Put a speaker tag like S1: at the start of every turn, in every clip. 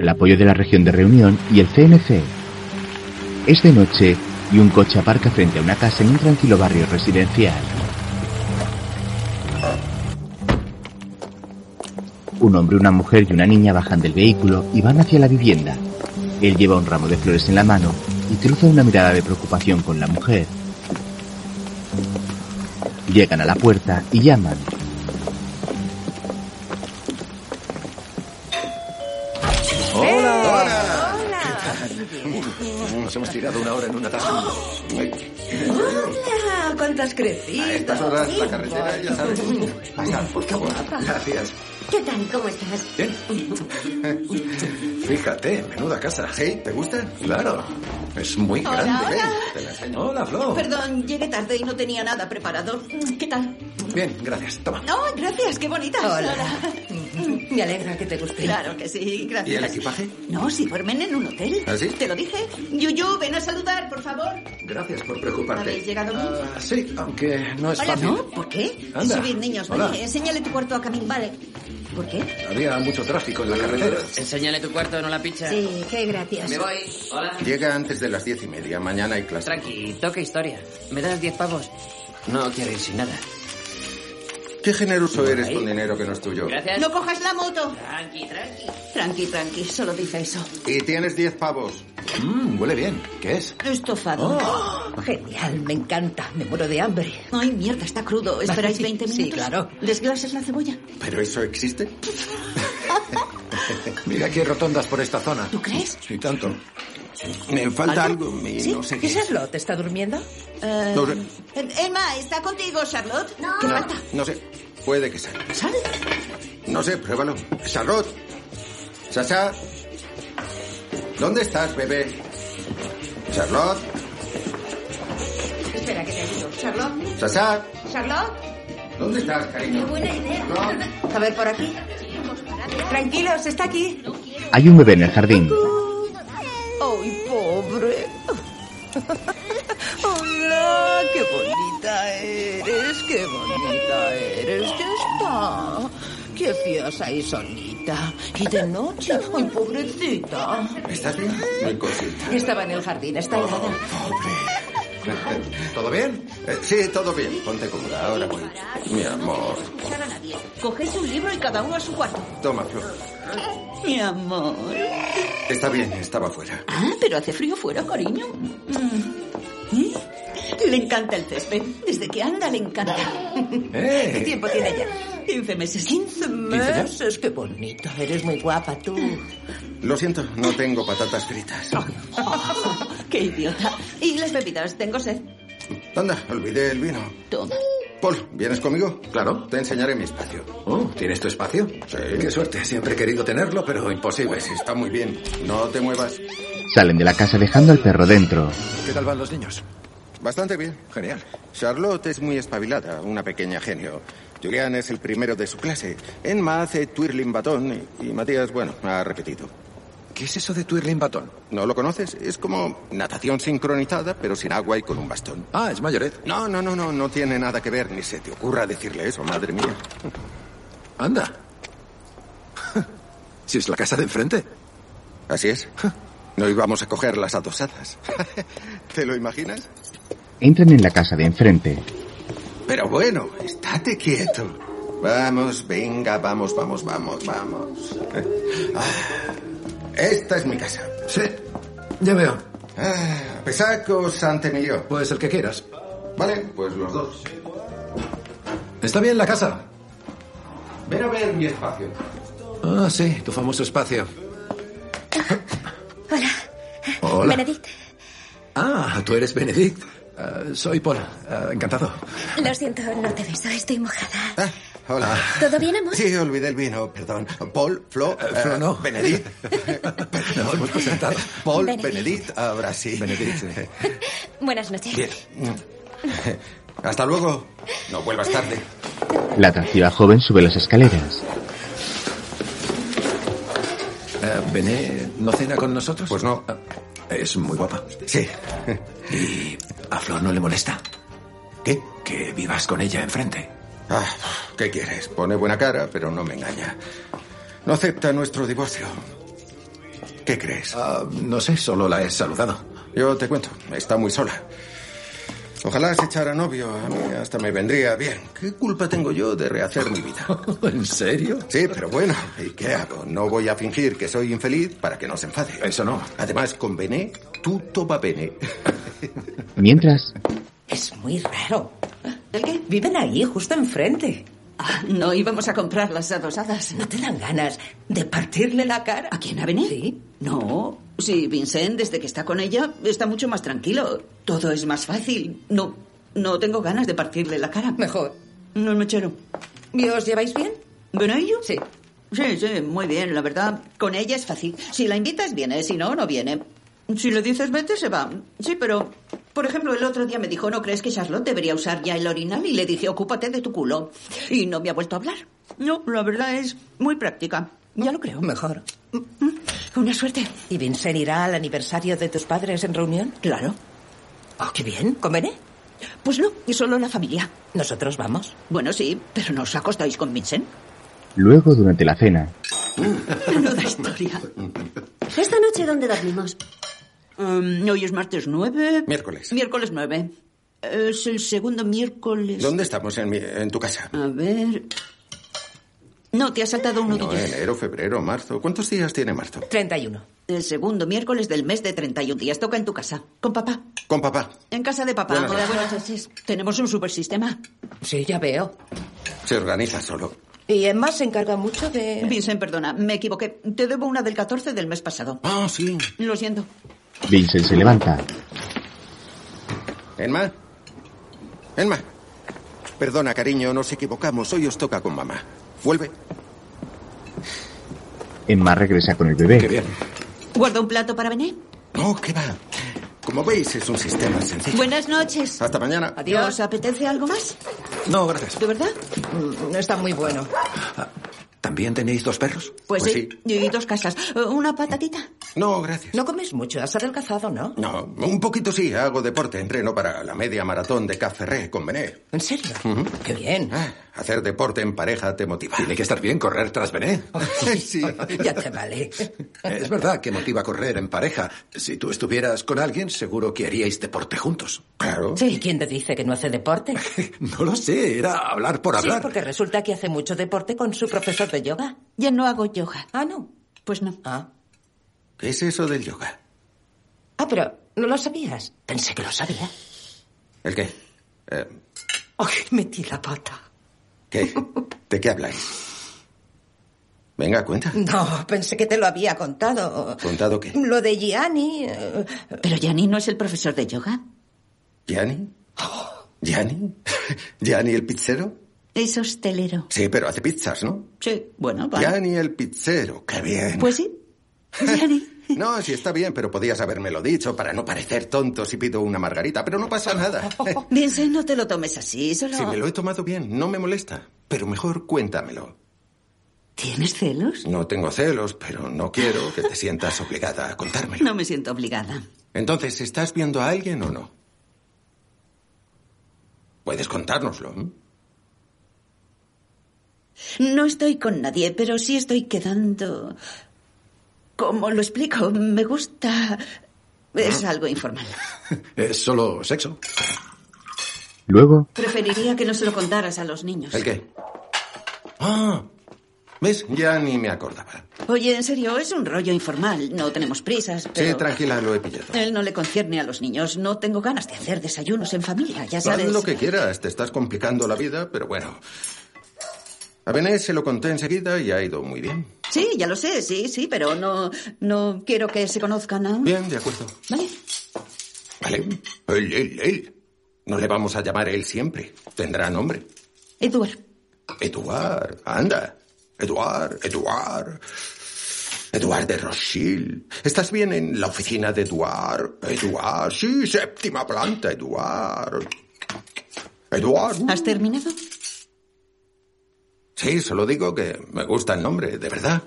S1: el apoyo de la región de Reunión y el CNC. Es de noche y un coche aparca frente a una casa en un tranquilo barrio residencial. Un hombre, una mujer y una niña bajan del vehículo y van hacia la vivienda. Él lleva un ramo de flores en la mano y cruza una mirada de preocupación con la mujer. Llegan a la puerta y llaman.
S2: Nos hemos tirado una hora en una taza.
S3: ¡Hola! Ah, ¿Cuántas crecido?
S2: A estas horas la carretera ya sabes. Pasar, por favor. Gracias. ¿Eh?
S3: ¿Qué tal? ¿Cómo estás?
S2: Fíjate, menuda casa. ¿Sí? ¿Te gusta? Claro. Es muy
S3: Hola,
S2: grande.
S3: hola.
S2: ¿ves? Te la enseño. Hola, Flo.
S3: Perdón, llegué tarde y no tenía nada preparado. Mm, ¿Qué tal?
S2: Bien, gracias. Toma.
S3: No, gracias, qué bonita.
S4: Hola. Me alegra que te guste.
S3: Claro que sí, gracias.
S2: ¿Y el equipaje?
S3: No, si duermen en un hotel.
S2: ¿Ah, sí?
S3: Te lo dije. Yuyu, ven a saludar, por favor.
S2: Gracias por preocuparte.
S3: ¿Habéis llegado bien?
S2: Ah, sí, aunque no es
S3: Hola,
S2: fácil.
S3: ¿no? ¿Por qué?
S2: Anda.
S3: Subid, niños,
S2: Hola.
S3: vale. Enséñale tu cuarto a Camille, vale. ¿Por qué?
S2: Había mucho tráfico en la carretera.
S4: Enséñale tu cuarto, no la picha.
S3: Sí, Eh, qué gracias.
S4: Me voy. Hola.
S2: Llega antes de las diez y media. Mañana hay clase.
S4: Tranqui, toca historia. ¿Me das 10 pavos? No quiero ir sin nada.
S2: Qué generoso eres con dinero que no es tuyo.
S4: Gracias.
S3: No cojas la moto.
S4: Tranqui, tranqui.
S3: Tranqui, tranqui, solo dice eso.
S2: Y tienes diez pavos. Mmm, huele bien. ¿Qué es?
S3: Estofado.
S4: Genial, me encanta. Me muero de hambre.
S3: Ay, mierda, está crudo. ¿Esperáis 20 minutos?
S4: Sí, claro.
S3: ¿Desglases la cebolla?
S2: ¿Pero eso existe? Mira que hay rotondas por esta zona.
S3: ¿Tú crees?
S2: Y tanto. Me falta algo, me- no sé qué.
S4: Charlotte? ¿Está durmiendo?
S3: Eh,
S2: No sé.
S3: em- Emma, ¿está contigo Charlotte? No. ¿Qué
S2: No,
S3: falta?
S2: no sé. Puede que salga.
S3: ¿Sale?
S2: No sé, pruébalo. Charlotte. Sasha. ¿Dónde estás, bebé? Charlotte.
S3: Espera, que te ayudo. ¿Charlotte?
S2: Sasha.
S3: ¿Charlotte?
S2: ¿Dónde estás, cariño? Charlotte.
S3: A ver, por aquí. Tranquilos, está aquí.
S1: Hay un bebé en el jardín.
S4: ¡Ay, pobre! ¡Hola! ¡Qué bonita eres! ¡Qué bonita eres! ¡Ya está! Ah, ¡Qué fías ahí solita! Y de noche, ¡ay, pobrecita! Oh.
S2: ¿Estás bien? Muy consciente.
S4: Estaba en el jardín, está helada.
S2: ¿Todo bien? Eh, sí, todo bien. Ponte cómoda, ahora voy. Mi amor.
S3: a nadie. Cogéis un libro y cada uno a su cuarto.
S2: Toma, Flor.
S3: Mi amor.
S2: Está bien, estaba fuera.
S3: Ah, pero hace frío fuera, cariño. Mm. ¿Eh? Le encanta el césped. Desde que anda le encanta.
S2: ¡Eh!
S3: ¿Qué tiempo tiene ya? 15 meses. 15
S4: ¡Meses! ¡Qué bonita! Eres muy guapa, tú.
S2: Lo siento, no tengo patatas fritas.
S3: Qué idiota. ¿Y las bebidas? Tengo sed.
S2: Anda, olvidé el vino.
S3: Toma.
S2: Paul, ¿vienes conmigo? Claro. Te enseñaré mi espacio. Oh, ¿tienes tu espacio? Sí. Qué suerte, siempre he querido tenerlo, pero imposible. está muy bien. No te muevas.
S1: Salen de la casa dejando al perro dentro.
S5: ¿Qué tal van los niños?
S2: Bastante bien.
S5: Genial.
S2: Charlotte es muy espabilada, una pequeña genio. Julián es el primero de su clase. Enma hace twirling batón y Matías, bueno, ha repetido.
S5: ¿Qué es eso de twirling batón?
S2: ¿No lo conoces? Es como natación sincronizada, pero sin agua y con un bastón.
S5: Ah, es mayoret.
S2: No, no, no, no, no tiene nada que ver, ni se te ocurra decirle eso, madre mía.
S5: Anda. Si es la casa de enfrente.
S2: Así es. No íbamos a coger las adosadas. ¿Te lo imaginas?
S1: Entran en la casa de enfrente.
S2: Pero bueno, estate quieto. Vamos, venga, vamos, vamos, vamos, vamos. Ah, Esta es mi casa.
S5: Sí. Ya veo.
S2: Ah, Pesaco Santemillo.
S5: Pues el que quieras.
S2: Vale, pues los dos.
S5: ¿Está bien la casa?
S2: Ven a ver mi espacio.
S5: Ah, sí, tu famoso espacio.
S6: Hola.
S5: Hola.
S6: Benedict,
S5: Ah, tú eres Benedict. Ah, soy Paul. Ah, encantado.
S6: lo siento, no te beso, estoy mojada.
S2: Ah, hola.
S6: ¿Todo bien, amor?
S2: Sí, olvidé el vino, perdón. Paul, Flo,
S5: Eh, Flo,
S2: eh,
S5: no.
S2: Benedict.
S5: Nos hemos presentado.
S2: Paul,
S6: Benedict.
S2: Benedict, ahora sí.
S5: Benedict, sí.
S6: Buenas noches.
S5: Bien.
S2: Hasta luego. No vuelvas tarde.
S1: La atractiva joven sube las escaleras.
S5: Ah, Bené, ¿no cena con nosotros?
S2: Pues no.
S5: Ah, es muy guapa.
S2: Sí.
S5: ¿Y a Flor no le molesta?
S2: ¿Qué?
S5: Que vivas con ella enfrente.
S2: Ah, ¿Qué quieres? Pone buena cara, pero no me engaña. No acepta nuestro divorcio. ¿Qué crees?
S7: Ah, no sé, solo la he saludado.
S2: Yo te cuento, está muy sola. Ojalá se echara novio, a mí hasta me vendría bien. ¿Qué culpa tengo yo de rehacer mi vida?
S7: ¿En serio?
S2: Sí, pero bueno, ¿y qué hago? No voy a fingir que soy infeliz para que no se enfade.
S7: Eso no.
S2: Además, con Bené, tutto va bene.
S1: Mientras,
S4: Es muy raro. ¿El qué? Viven ahí, justo enfrente.
S3: Ah, no íbamos a comprar las adosadas.
S4: ¿No te dan ganas de partirle la cara?
S3: ¿A quién, a Bené?
S4: Sí.
S3: No. Sí, Vincent, desde que está con ella, está mucho más tranquilo. Todo es más fácil. No, no tengo ganas de partirle la cara.
S4: Mejor.
S3: No, no, chero.
S4: ¿Y os lleváis bien?
S3: ¿Bené y yo?
S4: Sí.
S3: Sí, sí, muy bien, la verdad. Con ella es fácil. Si la invitas, viene. Si no, no viene. Si le dices vete, se va. Sí, pero... Por ejemplo, el otro día me dijo, ¿no crees que Charlotte debería usar ya el orinal? Y le dije, ocúpate de tu culo. Y no me ha vuelto a hablar. No, la verdad es muy práctica. Ya lo creo. Mm,
S4: Mejor.
S3: Una suerte.
S4: ¿Y Vincent irá al aniversario de tus padres en reunión?
S3: Claro.
S4: Ah, qué bien. ¿Convene?
S3: Pues no, y solo la familia.
S4: Nosotros vamos.
S3: Bueno, sí, pero no os acostáis con Vincent.
S1: luego durante la cena,
S3: Menuda historia.
S8: ¿Esta noche dónde dormimos?
S3: Um, hoy es martes 9.
S2: Miércoles.
S3: Miércoles 9. Es el segundo miércoles.
S2: ¿Dónde estamos? En, mi- en tu casa.
S3: A ver. No, te ha saltado uno
S2: No, eh.
S3: de ellos.
S2: enero, febrero, marzo. ¿Cuántos días tiene marzo?
S4: 31.
S3: El segundo miércoles del mes de 31 días toca en tu casa, con papá.
S2: Con papá.
S3: En casa de papá.
S2: Buenas
S3: Hola,
S2: noches.
S3: buenas noches. Tenemos un supersistema.
S4: Sí, ya veo.
S2: Se organiza solo.
S4: Y Emma se encarga mucho de...
S3: Vincent, perdona, me equivoqué. Te debo una del 14 del mes pasado.
S2: Ah, sí.
S3: Lo siento.
S1: Vincent se levanta.
S2: Enma. Enma. Perdona, cariño, nos equivocamos. Hoy os toca con mamá. Vuelve.
S1: Emma regresa con el
S7: Qué
S1: bebé.
S7: bien.
S3: ¿Guarda un plato para venir?
S7: Oh,
S2: No, ¿qué va? Como veis, es un sistema sencillo.
S3: Buenas noches.
S2: Hasta mañana.
S4: Adiós.
S3: ¿Os apetece algo más?
S7: No, gracias.
S3: ¿De verdad?
S4: Mm, Está muy bueno.
S7: Ah, ¿También tenéis dos perros?
S3: Pues,
S2: Pues
S3: sí. Y dos casas. Eh, ¿Una patatita?
S2: No, gracias.
S4: No comes mucho, has adelgazado, ¿no?
S2: No, un poquito sí. Hago deporte. Entreno para la media maratón de Café con Bené.
S4: ¿En serio? Qué bien.
S2: Ah, hacer deporte en pareja te motiva.
S7: Tiene que estar bien correr tras Bené.
S2: Sí.
S4: Ya te vale.
S7: Es verdad que motiva correr en pareja. Si tú estuvieras con alguien, seguro que haríais deporte juntos.
S2: Claro.
S4: Sí, ¿quién te dice que no hace deporte?
S7: No lo sé, era hablar por
S4: Sí,
S7: hablar.
S4: porque resulta que hace mucho deporte con su profesor de yoga.
S3: Ya no hago yoga.
S4: Ah, no.
S3: Pues no.
S4: Ah.
S2: ¿Qué es eso del yoga?
S4: Ah, pero no lo sabías. Pensé que lo sabía.
S2: ¿El qué? Eh,
S4: Ay, metí la pata.
S2: ¿Qué? ¿De qué habláis? Venga, cuenta.
S4: No, pensé que te lo había contado.
S2: ¿Contado qué?
S4: Lo de Gianni. eh,
S3: Pero Yanni no es el profesor de yoga.
S2: ¿Gianni? ¿Gianni? ¿Gianni el pizzero?
S3: Es hostelero.
S2: Sí, pero hace pizzas, ¿no?
S3: Sí, bueno, vale.
S2: Gianni el pizzero, qué bien.
S3: Pues sí. Yanni.
S2: No, sí está bien, pero podías habérmelo dicho para no parecer tonto si pido una margarita, pero no pasa nada.
S3: Vincent, no te lo tomes así, solo...
S2: Si me lo he tomado bien, no me molesta. Pero mejor cuéntamelo.
S3: ¿Tienes celos?
S2: No tengo celos, pero no quiero que te sientas obligada a contármelo.
S3: No me siento obligada.
S2: Entonces, ¿estás viendo a alguien o no? Puedes contárnoslo. ¿eh?
S3: No estoy con nadie, pero sí estoy quedando... ¿Cómo lo explico? Me gusta... Es
S2: Ah.
S3: algo informal.
S7: Es solo sexo.
S1: Luego,
S3: Preferiría que no se lo contaras a los niños.
S2: ¿El qué? Ah, ¿ves? Ya ni me acordaba.
S3: Oye, en serio, es un rollo informal. No tenemos prisas, pero...
S2: Sí, tranquila, lo he pillado.
S3: Él no le concierne a los niños. No tengo ganas de hacer desayunos en familia, ya sabes.
S2: Haz lo que quieras, te estás complicando la vida, pero bueno. A Bené se lo conté enseguida y ha ido muy bien.
S3: Sí, ya lo sé, sí, sí, pero no, no quiero que se conozcan aún.
S2: Bien, de acuerdo.
S3: ¿Vale?
S2: Vale. Él, él, él. No le vamos a llamar él siempre. Tendrá nombre.
S3: Eduard.
S2: Eduard, anda. Eduard, Eduard. Eduard de Rochil. ¿Estás bien en la oficina de Eduard? Eduard, sí, séptima planta, Eduard. Eduard. uh.
S3: ¿Has terminado?
S2: Sí, solo digo que me gusta el nombre, de verdad.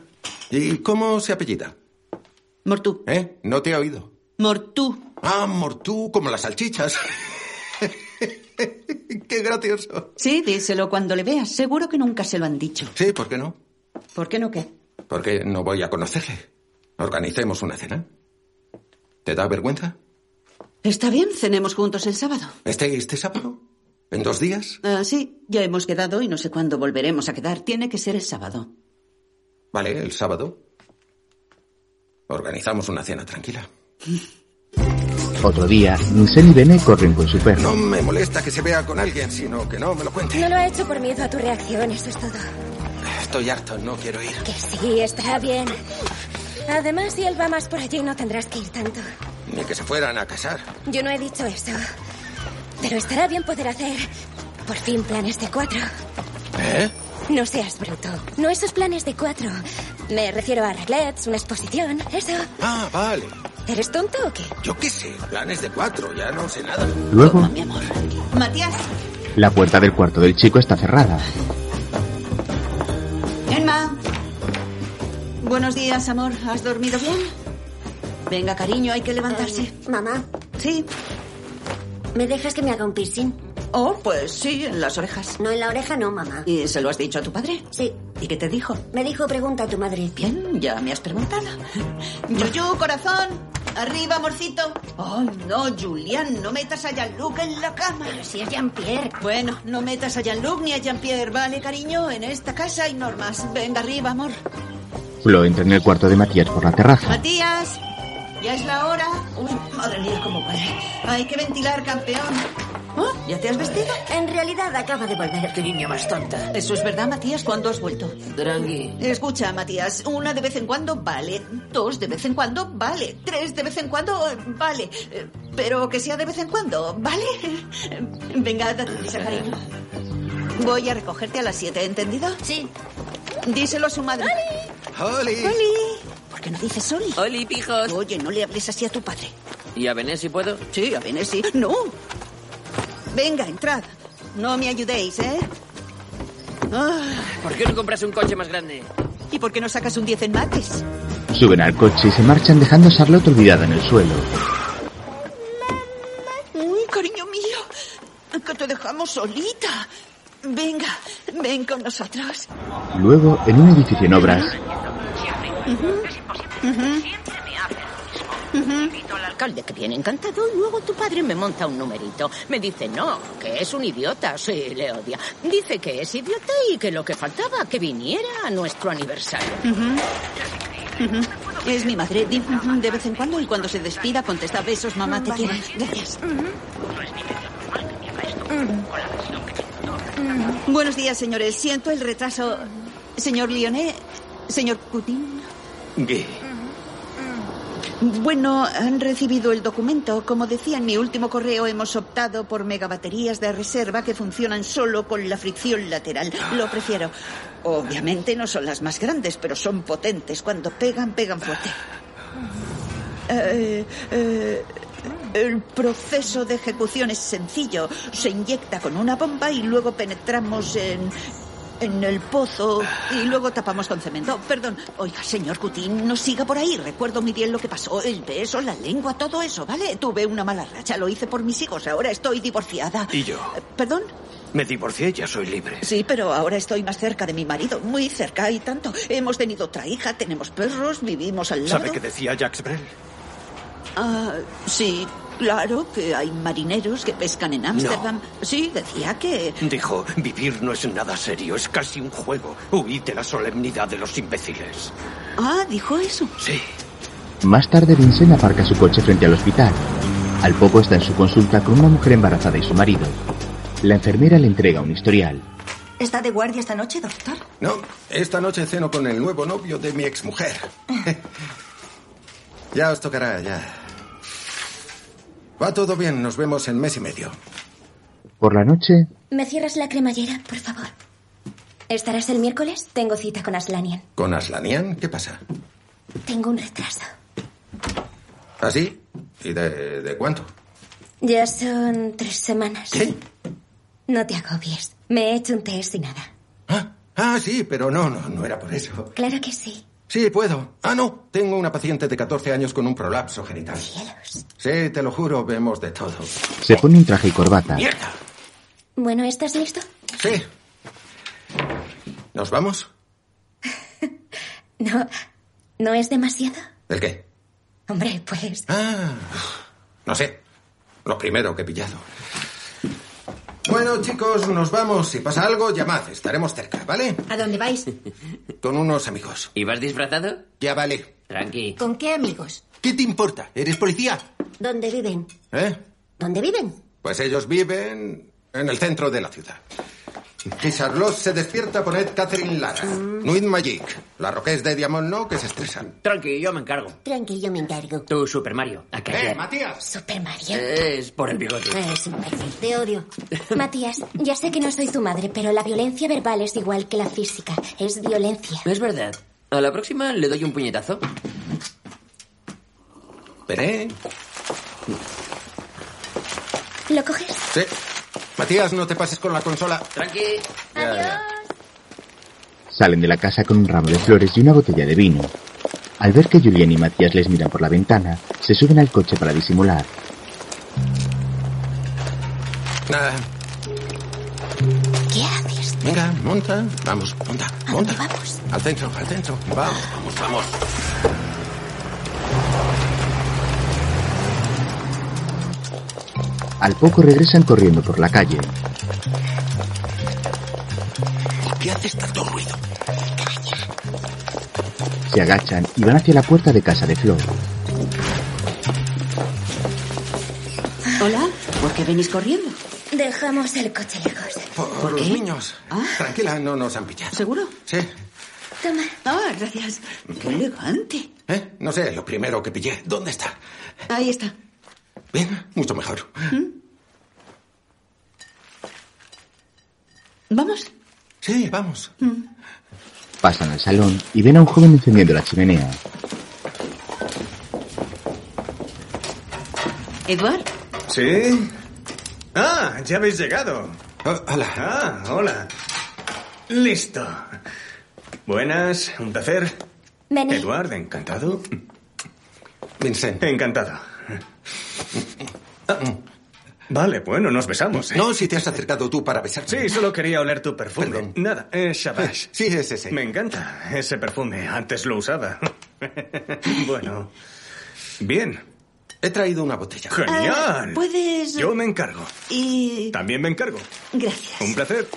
S2: ¿Y cómo se apellida?
S3: Mortú.
S2: ¿Eh? No te he oído.
S3: Mortú.
S2: Ah, Mortú, como las salchichas. Qué gracioso.
S3: Sí, díselo cuando le veas. Seguro que nunca se lo han dicho.
S2: Sí, ¿por qué no?
S3: ¿Por qué no qué?
S2: Porque no voy a conocerle.
S9: ¿Organicemos una cena? ¿Te da vergüenza?
S3: Está bien, cenemos juntos el sábado.
S9: ¿Este, este sábado? ¿En dos días?
S3: Ah, sí, ya hemos quedado y no sé cuándo volveremos a quedar. Tiene que ser el sábado.
S9: Vale, el sábado. Organizamos una cena tranquila.
S1: Otro día, Nusen y Bene corren con su perro.
S9: No me molesta que se vea con alguien, sino que no me lo cuente.
S6: No lo ha hecho por miedo a tu reacción, eso es todo.
S9: Estoy harto, no quiero ir.
S6: Que sí, estará bien. Además, si él va más por allí, no tendrás que ir tanto.
S9: Ni que se fueran a casar.
S6: Yo no he dicho eso. Pero estará bien poder hacer, por fin, planes de cuatro.
S9: ¿Eh?
S6: No seas bruto. No esos planes de cuatro. Me refiero a reglets, una exposición, eso.
S9: Ah, vale.
S6: ¿Eres tonto o qué?
S9: Yo qué sé, planes de cuatro, ya no sé nada.
S1: Luego,
S3: Toma, mi amor. Matías,
S1: la puerta del cuarto del chico está cerrada.
S3: Emma. Buenos días, amor. ¿Has dormido bien? Venga, cariño, hay que levantarse.
S6: Em, Mamá,
S3: Sí.
S6: ¿me dejas que me haga un piercing?
S3: Oh, pues sí, en las orejas.
S6: No, en la oreja no, mamá.
S3: ¿Y se lo has dicho a tu padre?
S6: Sí,
S3: ¿Y qué te dijo?
S6: me dijo pregunta a tu madre.
S3: Bien, ya me has preguntado. Yuyu, corazón. Arriba, amorcito. Ay, no, Julián, no metas a Jean-Luc en la cama.
S6: Pero si es Jean-Pierre.
S3: Bueno, no metas a Jean-Luc ni a Jean-Pierre, ¿vale, cariño? En esta casa hay normas. Venga, arriba, amor.
S1: Flo entra en el cuarto de Matías por la terraza.
S3: Matías, ya es la hora. Uy, madre mía, cómo huele. Hay que ventilar, campeón. ¿Ah? ¿Ya te has vestido?
S6: En realidad acaba de volver.
S10: Qué niña más tonta.
S3: Eso es verdad, Matías. ¿Cuándo has vuelto?
S10: Draghi.
S3: Escucha, Matías, una de vez en cuando vale, dos de vez en cuando vale, tres de vez en cuando eh, vale, Eh, pero que sea de vez en cuando, ¿vale? Venga, date prisa, cariño. Voy a recogerte a las siete, ¿entendido?
S6: Sí.
S3: Díselo a su madre.
S9: ¡Oli!
S3: ¡Oli! ¿Por qué no dices Soli?
S10: Oli, pijos.
S3: Oye, no le hables así a tu padre.
S10: ¿Y a Bené si puedo?
S3: Sí, a Venes sí. No. Venga, entrad. No me ayudéis, ¿eh? Ah,
S10: ¿Por qué no compras un coche más grande?
S3: ¿Y por qué no sacas un 10 en mates?
S1: Suben al coche y se marchan dejando a Charlotte olvidada en el suelo.
S3: Uy, cariño mío, que te dejamos solita. Venga, ven con nosotros.
S1: Luego, en un edificio en obras,
S4: Repito al alcalde que viene encantado y luego tu padre me monta un numerito. Me dice, no, que es un idiota, sí, le odia. Dice que es idiota y que lo que faltaba, que viniera a nuestro aniversario.
S3: Es mi madre, di- de vez en cuando y cuando se despida contesta besos, mamá, te quiero. Gracias. Buenos días, señores. Siento el retraso. Señor Lioné, señor Putin.
S9: Gui.
S3: Bueno, han recibido el documento. Como decía en mi último correo, hemos optado por megabaterías de reserva que funcionan solo con la fricción lateral. Lo prefiero. Obviamente no son las más grandes, pero son potentes. Cuando pegan, pegan fuerte. Eh, eh, el proceso de ejecución es sencillo. Se inyecta con una bomba y luego penetramos en, en el pozo y luego tapamos con cemento. Perdón, oiga, señor Cutín, no siga por ahí. Recuerdo muy bien lo que pasó. El beso, la lengua, todo eso, ¿vale? Tuve una mala racha, lo hice por mis hijos. Ahora estoy divorciada.
S9: ¿Y yo?
S3: Eh, ¿Perdón?
S9: Me divorcié, ya soy libre.
S3: Sí, pero ahora estoy más cerca de mi marido, muy cerca y tanto. Hemos tenido otra hija, tenemos perros, vivimos al lado.
S9: ¿Sabe qué decía Jacques Brel?
S3: Ah, sí, claro que hay marineros que pescan en Ámsterdam. Sí, decía que...
S9: Dijo, vivir no es nada serio, es casi un juego. Huid de la solemnidad de los imbéciles.
S3: Ah, dijo eso.
S9: Sí.
S1: más tarde Vincent aparca su coche frente al hospital. Al poco está en su consulta con una mujer embarazada y su marido. La enfermera le entrega un historial.
S4: ¿Está de guardia esta noche, doctor?
S9: No, esta noche ceno con el nuevo novio de mi exmujer. ya os tocará, ya. Va todo bien, nos vemos en mes y medio.
S1: Por la noche,
S6: ¿Me cierras la cremallera, por favor? ¿Estarás el miércoles? Tengo cita con Aslanian.
S9: ¿Con Aslanian? ¿Qué pasa?
S6: Tengo un retraso.
S9: ¿Así? ¿Ah, ¿Y de, de cuánto?
S6: Ya son tres semanas.
S9: ¿Qué?
S6: No te agobies. Me he hecho un test y nada.
S9: Ah, ah, sí, pero no, no, no era por eso.
S6: Claro que sí.
S9: Sí, puedo. Ah, no, tengo una paciente de 14 años con un prolapso genital.
S6: Cielos.
S9: Sí, te lo juro, vemos de todo.
S1: se pone un traje y corbata.
S9: ¡Mierda!
S6: Bueno, ¿estás listo?
S9: Sí. ¿Nos vamos?
S6: No. ¿No es demasiado?
S2: ¿El qué?
S6: Hombre, pues.
S2: Ah, no sé. Lo primero que he pillado. Bueno, chicos, nos vamos. Si pasa algo, llamad. Estaremos cerca, ¿vale?
S11: ¿A dónde vais?
S2: Con unos amigos.
S12: ¿Y vas disfrazado?
S2: Ya vale.
S12: Tranqui.
S11: ¿Con qué amigos?
S2: ¿Qué te importa? ¿Eres policía?
S11: ¿Dónde viven?
S2: ¿Eh?
S11: ¿Dónde viven?
S2: Pues ellos viven en el centro de la ciudad. Si Charlotte se despierta, poned Catherine Lara,
S11: Mm.
S2: Nuit Magic, la Roqués de Diamond No, que se estresan.
S12: Tranqui, yo me encargo.
S11: Tranquilo, me encargo.
S12: Tú, Super Mario. A
S2: ¡Eh,
S12: callar.
S2: Matías!
S11: Super Mario.
S3: Eh.
S12: es por el bigote.
S11: Es un perfil, te odio.
S6: Matías, ya sé que no soy tu madre, pero la violencia verbal es igual que la física. Es violencia.
S12: Es verdad. A la próxima le doy un puñetazo.
S2: Veré.
S6: ¿Lo coges?
S2: Sí. Matías, no te pases con la consola.
S12: Tranqui.
S1: Salen de la casa con un ramo de flores y una botella de vino. Al ver que Julián y Matías les miran por la ventana, se suben al coche para disimular.
S2: Nada.
S6: ¿Qué haces?
S2: Venga, monta. Vamos, monta,
S6: ¿A dónde
S2: monta.
S6: vamos?
S2: Al centro, al centro. Vamos, vamos, vamos.
S1: Al poco regresan corriendo por la calle.
S2: ¿Por qué haces tanto ruido?
S1: Se agachan y van hacia la puerta de casa de Flor.
S3: Hola, ¿por qué venís corriendo?
S6: Dejamos el coche lejos.
S2: Por, los niños. Tranquila, no nos han pillado.
S3: Ah. ¿Seguro?
S2: Sí.
S6: Toma.
S3: Ah, gracias. Qué elegante.
S2: ¿Eh? No sé, lo primero que pillé. ¿Dónde está?
S3: Ahí está.
S2: Bien, mucho mejor.
S3: ¿Mm? ¿Vamos? ¿Mm?
S2: Sí, vamos.
S1: Pasan al salón y ven a un joven encendiendo la chimenea.
S3: Edward,
S13: ¿Sí? Ah, ya habéis llegado.
S2: Ah, hola.
S13: Ah, hola. Listo. Buenas, un placer.
S6: Venid.
S13: Edward, encantado.
S2: Vincent.
S13: Encantado. Vale, bueno, nos besamos. ¿eh?
S2: No, si te has acercado tú para besarme.
S13: Sí, solo quería oler tu perfume.
S2: Perdón.
S13: Nada, es Shabash.
S2: Sí, es ese.
S13: Me encanta ese perfume. Antes lo usaba. bueno. Bien.
S2: He traído una botella.
S14: Ah,
S13: Genial.
S3: Ah, puedes.
S13: Yo me encargo.
S3: Y.
S13: También me encargo. Un
S3: Gracias.
S13: placer.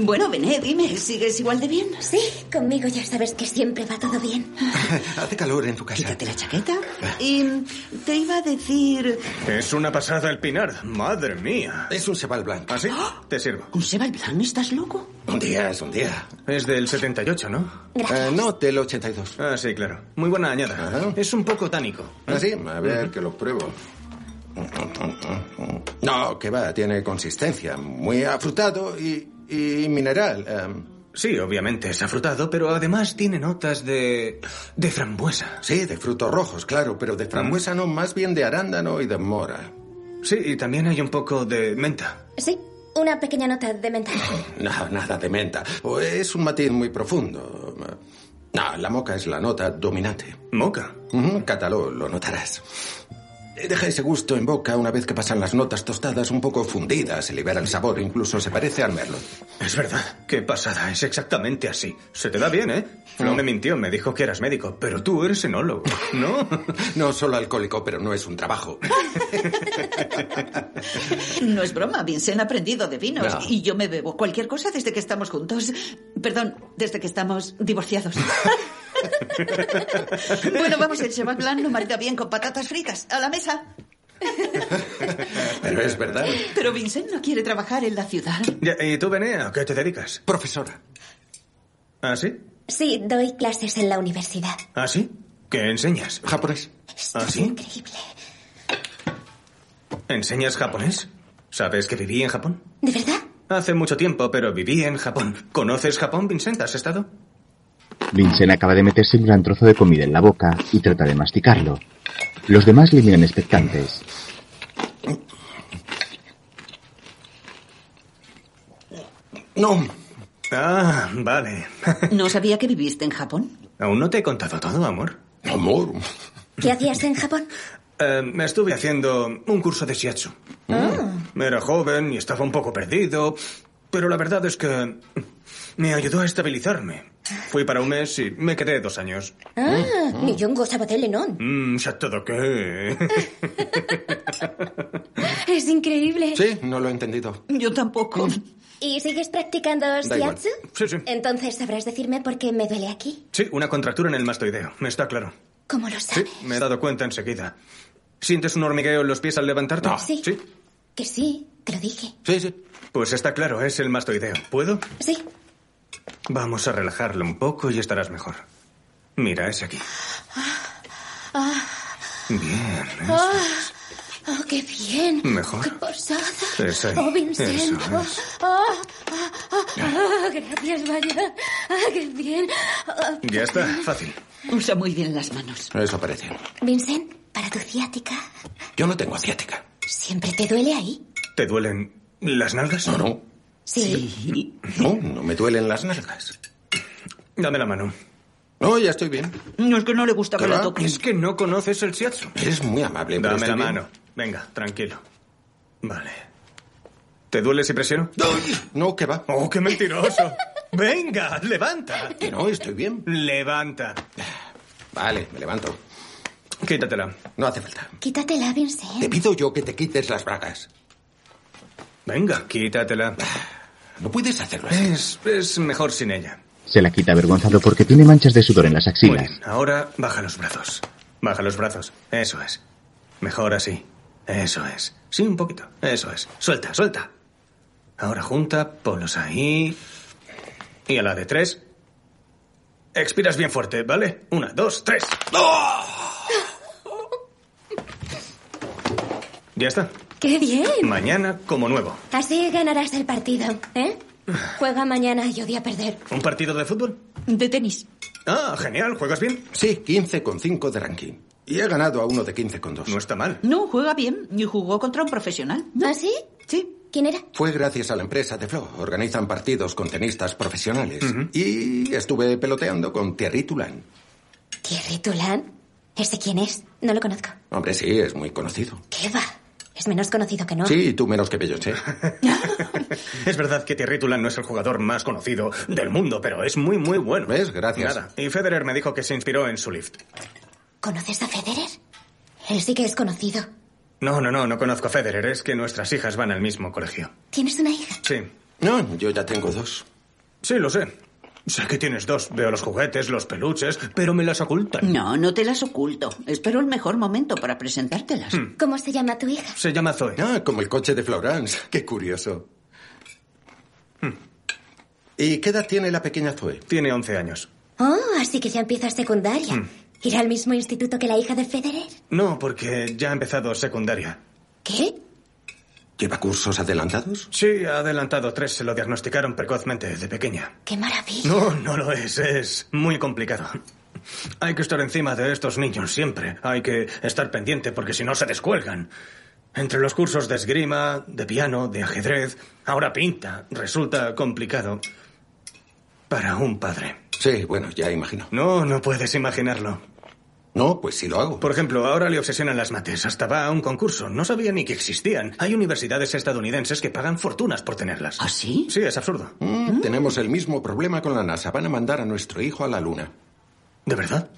S3: Bueno, Bené, dime, ¿sigues igual de bien?
S6: Sí, conmigo ya sabes que siempre va todo bien.
S2: Hace calor en tu casa.
S3: Quítate la chaqueta. Y mm, te iba a decir.
S13: Es una pasada el pinar. Madre mía.
S2: Es un cebal blanco.
S13: ¿Así? Te sirvo.
S3: ¿Un Sebal Blanc? ¿Estás loco?
S2: Un día es un día.
S13: Es del 78, ¿no?
S2: Eh, no, del 82.
S13: Ah, sí, claro. Muy buena añada.
S2: Ajá. ¿Ah,
S13: Es un poco tánico.
S2: ¿Así? A ver, que lo pruebo. No, que va, tiene consistencia. Muy afrutado y, y mineral. Em,
S13: Sí, obviamente es afrutado, pero además tiene notas de... de frambuesa.
S2: sí, de frutos rojos, claro, pero de frambuesa no, más bien de arándano y de mora.
S13: Sí, y también hay un poco de menta.
S6: Sí, una pequeña nota de menta.
S2: No, nada de menta. O es un matiz muy profundo. No, la moca es la nota dominante.
S13: Moca.
S2: Ujú, Cataló, lo notarás. Deja ese gusto en boca una vez que pasan las notas tostadas un poco fundidas, se libera el sabor, incluso se parece al merlot.
S13: Es verdad. Qué pasada, es exactamente así. Se te da bien, ¿eh? No
S2: Mm.
S13: me mintió, me dijo que eras médico, pero tú eres enólogo, ¿no?
S2: No solo alcohólico, pero no es un trabajo.
S3: No es broma, Vincent ha aprendido de vinos
S2: No.
S3: y yo me bebo cualquier cosa desde que estamos juntos. Perdón, desde que estamos divorciados. bueno, vamos, el Sebal Blanc lo marida bien con patatas fritas. A la mesa.
S2: Pero es verdad.
S3: Pero Vincent no quiere trabajar en la ciudad.
S13: Ya, ¿Y tú, Bené, a qué te dedicas?
S2: Profesora,
S13: ¿Ah, sí?
S6: Sí, doy clases en la universidad.
S13: ¿Ah, sí? ¿Qué enseñas?
S2: japonés.
S6: Esto
S13: ¿Ah,
S6: es
S13: sí?
S6: increíble.
S13: ¿Enseñas japonés? ¿Sabes que viví en Japón?
S6: ¿De verdad?
S13: Hace mucho tiempo, pero viví en Japón. ¿Conoces Japón, Vincent? ¿Has estado?
S1: Vincent acaba de meterse un gran trozo de comida en la boca y trata de masticarlo. Los demás le miran expectantes.
S2: No,
S13: Ah, vale.
S3: No sabía que viviste en Japón.
S13: ¿Aún no te he contado todo, amor?
S2: amor.
S6: ¿Qué hacías en Japón?
S13: Eh, me estuve haciendo un curso de shiatsu.
S6: Ah.
S13: Era joven y estaba un poco perdido, pero la verdad es que me ayudó a estabilizarme. Fui para un mes y me quedé dos años.
S6: Ah, ni yo gozaba de Lenón.
S13: Mmm, ¿ya todo qué?
S6: Es increíble.
S2: Sí, Eh, no lo he entendido.
S3: Yo tampoco.
S6: ¿Y sigues practicando
S13: Da igual.
S6: shiatsu?
S13: Sí, sí.
S6: Entonces sabrás decirme por qué me duele aquí.
S13: Sí, una contractura en el mastoideo, me está claro.
S6: ¿Cómo lo
S13: Sí,
S6: sabes?
S13: me he dado cuenta enseguida. ¿Sientes un hormigueo en los pies al levantarte?
S6: Sí.
S13: Sí,
S6: Que sí, te lo dije.
S13: sí. sí. Pues está claro, es el mastoideo. ¿Puedo?
S6: Sí.
S13: Vamos a relajarlo un poco y estarás mejor. Mira, es aquí.
S6: Ah,
S13: Bien,
S6: ah, oh, qué bien.
S13: Mejor.
S6: Qué posada.
S13: Es ahí.
S6: Oh, Vincent.
S13: Eso
S6: Oh, ah, ah, ah, ah, gracias, vaya. Ah, qué bien. Ah,
S13: Ya está, fácil.
S3: Usa muy bien las manos.
S2: Eso parece.
S6: Vincent, para tu ciática,
S2: Yo no tengo asiática.
S6: ¿siempre te duele ahí?
S13: ¿Te duelen las nalgas? No, no.
S6: Sí.
S2: No, no me duelen las nalgas.
S13: Dame la mano.
S2: No, ya estoy bien.
S3: No es que no le gusta
S2: que la toquen.
S13: Es que no conoces el shiatsu.
S2: Eres muy amable. pero este
S13: Dame
S2: estoy
S13: la
S2: bien.
S13: mano. Venga, tranquilo. Vale. ¿Te duele si presiono?
S2: No, que va.
S13: ¡Oh, qué mentiroso! Venga, levanta.
S2: Que no, estoy bien.
S13: Levanta.
S2: Vale, me levanto.
S13: Quítatela.
S2: No hace falta.
S6: Quítatela, Vincent.
S2: Te pido yo que te quites las bragas.
S13: Venga, quítatela.
S2: No puedes hacerlo así.
S13: Es, es mejor sin ella.
S1: Se la quita avergonzado porque tiene manchas de sudor en las axilas.
S13: Ahora baja los brazos. Baja los brazos. Eso es. Mejor así. Eso es. Sí, un poquito. Eso es. Suelta, suelta. Ahora junta, ponlos ahí. Y a la de tres. Expiras bien fuerte, ¿vale? Una, dos, tres. Ya está.
S6: ¡Qué bien!
S13: Mañana como nuevo.
S6: Así ganarás el partido, ¿eh? Juega mañana y odia perder.
S13: ¿Un partido de fútbol?
S3: De tenis.
S13: Ah, genial. ¿Juegas bien?
S2: Sí, 15,5 de ranking. Y he ganado a uno de 15,2.
S13: No está mal.
S3: No, juega bien y jugó contra un profesional.
S6: ¿Ah, sí?
S3: Sí.
S6: ¿Quién era?
S2: Fue gracias a la empresa de Flo. Organizan partidos con tenistas profesionales. Y estuve peloteando con Thierry Tulán.
S6: Thierry Tulán. ¿Ese quién es? No lo conozco.
S2: Hombre, sí, es muy conocido.
S6: ¿Qué va? Es menos conocido que no.
S2: Sí, y tú menos que ¿eh? Beyoncé.
S13: Es verdad que Thierry Tulan no es el jugador más conocido del mundo, pero es muy, muy bueno.
S2: ¿Ves? Gracias.
S13: Nada. Y Federer me dijo que se inspiró en su lift.
S6: ¿Conoces a Federer? Él sí que es conocido.
S13: No, no, no, no conozco a Federer. Es que nuestras hijas van al mismo colegio.
S6: ¿Tienes una hija?
S13: Sí.
S2: No, yo ya tengo dos.
S13: Sí, lo sé. Sé que tienes dos. Veo los juguetes, los peluches, pero me las ocultan.
S3: No, no te las oculto. Espero el mejor momento para presentártelas.
S6: ¿Cómo se llama tu hija?
S13: Hmm, Se llama Zoe.
S2: Ah, como el coche de Florence. Qué curioso. ¿Y qué edad tiene la pequeña Zoe?
S13: Hmm. Tiene 11 años.
S6: Oh, así que ya empieza secundaria. ¿Irá al mismo instituto que la hija de Federer?
S13: No, porque ya ha empezado secundaria.
S6: ¿Qué?
S2: ¿Lleva cursos adelantados?
S13: Sí, ha adelantado tres. Se lo diagnosticaron precozmente, de pequeña.
S6: ¡Qué maravilla!
S13: No, no lo es. Es muy complicado. Hay que estar encima de estos niños siempre. Hay que estar pendiente porque si no se descuelgan. Entre los cursos de esgrima, de piano, de ajedrez, ahora pinta. Resulta complicado para un padre.
S2: Sí, bueno, ya imagino.
S13: No, no puedes imaginarlo.
S2: No, pues sí lo hago.
S13: Por ejemplo, ahora le obsesionan las mates. Hasta va a un concurso. No sabía ni que existían. Hay universidades estadounidenses que pagan fortunas por tenerlas.
S3: ¿Ah, sí?
S13: Sí, es absurdo.
S2: Mm, Tenemos el mismo problema con la NASA. Van a mandar a nuestro hijo a la Luna.
S13: ¿De verdad?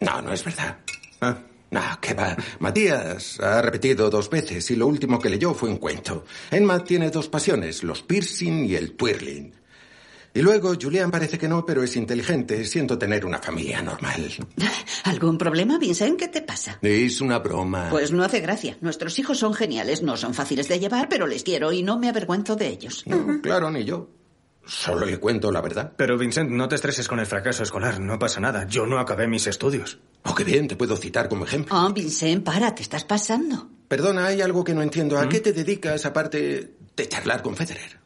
S2: No, no es verdad.
S13: Ah.
S2: No, que va. Matías ha repetido dos veces y lo último que leyó fue un cuento. Emma tiene dos pasiones, los piercing y el twirling. Y luego Julian parece que no, pero es inteligente, siento tener una familia normal.
S3: ¿Algún problema, Vincent? ¿Qué te pasa?
S2: Es una broma.
S3: Pues no hace gracia. Nuestros hijos son geniales, no son fáciles de llevar, pero les quiero y no me avergüenzo de ellos.
S2: No, claro, ni yo. Solo le cuento la verdad.
S13: Pero Vincent, no te estreses con el fracaso escolar, no pasa nada. Yo no acabé mis estudios.
S2: Oh, qué bien, te puedo citar como ejemplo.
S3: Ah, Vincent, para, te estás pasando.
S2: Perdona, hay algo que no entiendo.
S13: ¿Mm?
S2: ¿A qué te dedicas aparte de charlar con Federer?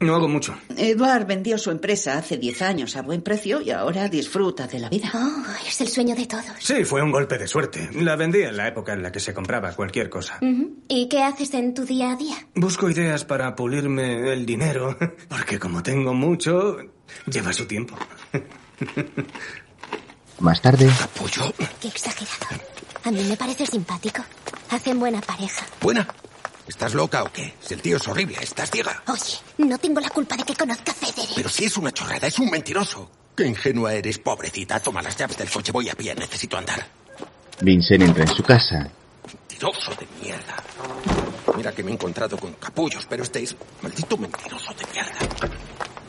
S13: No hago mucho.
S3: Eduard vendió su empresa hace 10 años a buen precio y ahora disfruta de la vida.
S6: Oh, es el sueño de todos.
S13: Sí, fue un golpe de suerte. La vendí en la época en la que se compraba cualquier cosa.
S6: Ujú. ¿Y qué haces en tu día a día?
S13: Busco ideas para pulirme el dinero, porque como tengo mucho, lleva su tiempo.
S1: Más tarde,
S2: Pollo.
S6: Qué exagerado. A mí me parece simpático. Hacen buena pareja.
S2: Buena. ¿Estás loca o qué? Si el tío es horrible, estás ciega.
S6: Oye, no tengo la culpa de que conozca a Federer.
S2: Pero si es una chorrada, es un mentiroso. Qué ingenua eres, pobrecita. Toma las llaves del coche, voy a pie, necesito andar.
S1: Vincent entra en su casa.
S2: Mentiroso de mierda. Mira que me he encontrado con capullos, pero este es maldito mentiroso de mierda.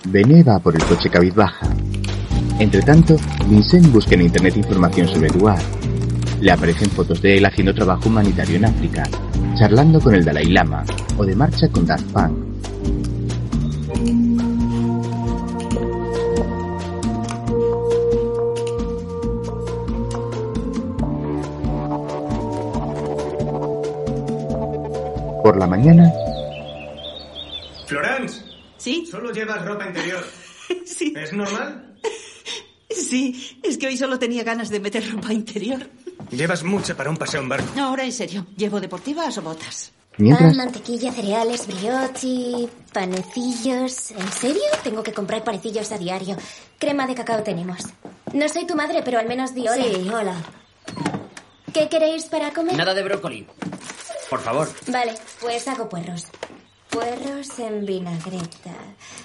S1: Bené va por el coche cabizbaja. Entre tanto, Vincent busca en internet información sobre Eduard. Le aparecen fotos de él haciendo trabajo humanitario en África, charlando con el Dalai Lama o de marcha con Daft Punk. Por la mañana,
S13: Florence.
S3: Sí.
S13: Solo llevas ropa interior.
S3: Sí.
S13: ¿Es normal?
S3: Sí, es que hoy solo tenía ganas de meter ropa interior.
S13: Llevas mucha para un paseo en barco.
S3: Ahora en serio, llevo deportivas o botas.
S6: Pan, mantequilla, cereales, brioche, panecillos. ¿En serio? Tengo que comprar panecillos a diario. Crema de cacao tenemos. No soy tu madre, pero al menos di hola.
S12: Sí,
S6: hola. ¿Qué queréis para comer?
S12: Nada de brócoli. Por favor.
S6: Vale, pues hago puerros. Puerros en vinagreta.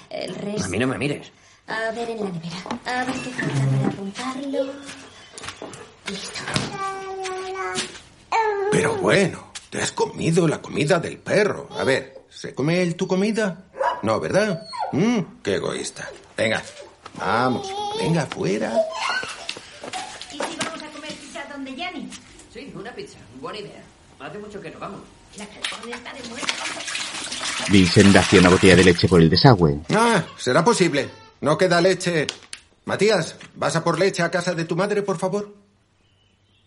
S6: El resto...
S12: A mí no me mires.
S6: A ver en la nevera. A ver qué falta para apuntarlo. Listo.
S2: Pero bueno, te has comido la comida del perro. A ver, ¿se come él tu comida? No, ¿verdad? Mm, qué egoísta. Venga, vamos, venga fuera.
S12: ¿Y si vamos a comer pizza donde Yanni? Sí, una pizza. Buena idea. Hace mucho que no vamos. La California está de muerte.
S1: Vincent hacia una botella de leche por el desagüe.
S2: Ah, será posible. No queda leche. Matías, ¿vas a por leche a casa de tu madre, por favor?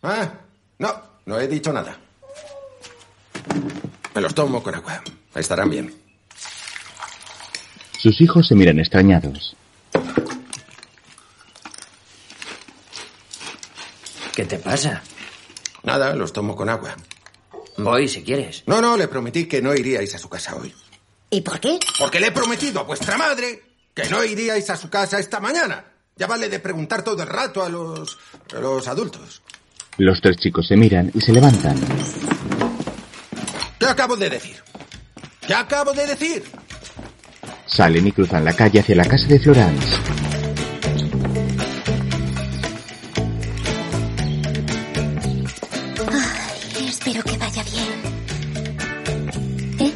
S2: Ah, no, no he dicho nada. Me los tomo con agua. Estarán bien.
S1: Sus hijos se miran extrañados.
S12: ¿Qué te pasa?
S2: Nada, los tomo con agua. Mm.
S12: Voy si quieres.
S2: No, no, le prometí que no iríais a su casa hoy.
S6: ¿Y por qué?
S2: Porque le he prometido a vuestra madre que no iríais a su casa esta mañana. Ya vale de preguntar todo el rato a los, a los adultos.
S1: Los tres chicos se miran y se levantan.
S2: ¿Qué acabo de decir? ¿Qué acabo de decir?
S1: Salen y cruzan la calle hacia la casa de Florence.
S6: Ay, espero que vaya bien. ¿Eh?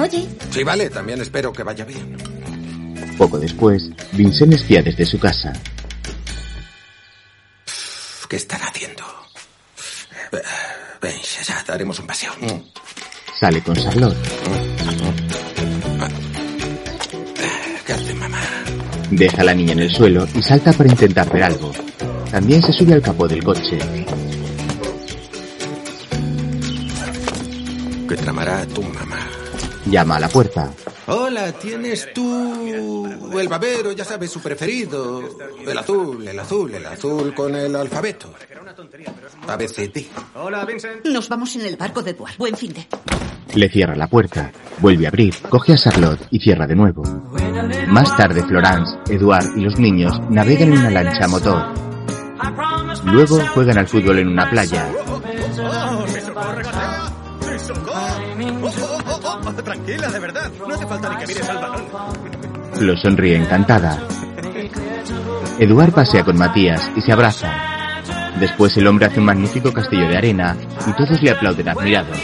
S6: Oye,
S2: Sí, vale, también espero que vaya bien.
S1: Poco después, Vincent espía desde su casa.
S2: Uf, ¿Qué están haciendo? Eh, Ven, ya, ya, daremos un paseo. Mm.
S1: Sale con Charlotte.
S2: Ah, ¿Qué hace mamá?
S1: Deja a la niña en el suelo y salta para intentar ver algo. También se sube al capó del coche.
S2: ¿Qué tramará tu mamá?
S1: Llama a la puerta.
S2: Hola, ¿tienes tú el babero, ya sabes, su preferido? El azul, el azul, el azul con el alfabeto. ABCD.
S13: Hola, Vincent.
S3: Nos vamos en el barco de Eduard. Buen fin de.
S1: Le cierra la puerta, vuelve a abrir, coge a Charlotte y cierra de nuevo. Más tarde, Florence, Eduard y los niños navegan en una lancha a motor. Luego juegan al fútbol en una playa.
S13: Tranquila, de verdad. No hace falta ni que mires al balón.
S1: Flo sonríe encantada. Eduard pasea con Matías y se abrazan. Después el hombre hace un magnífico castillo de arena y todos le aplauden admirados.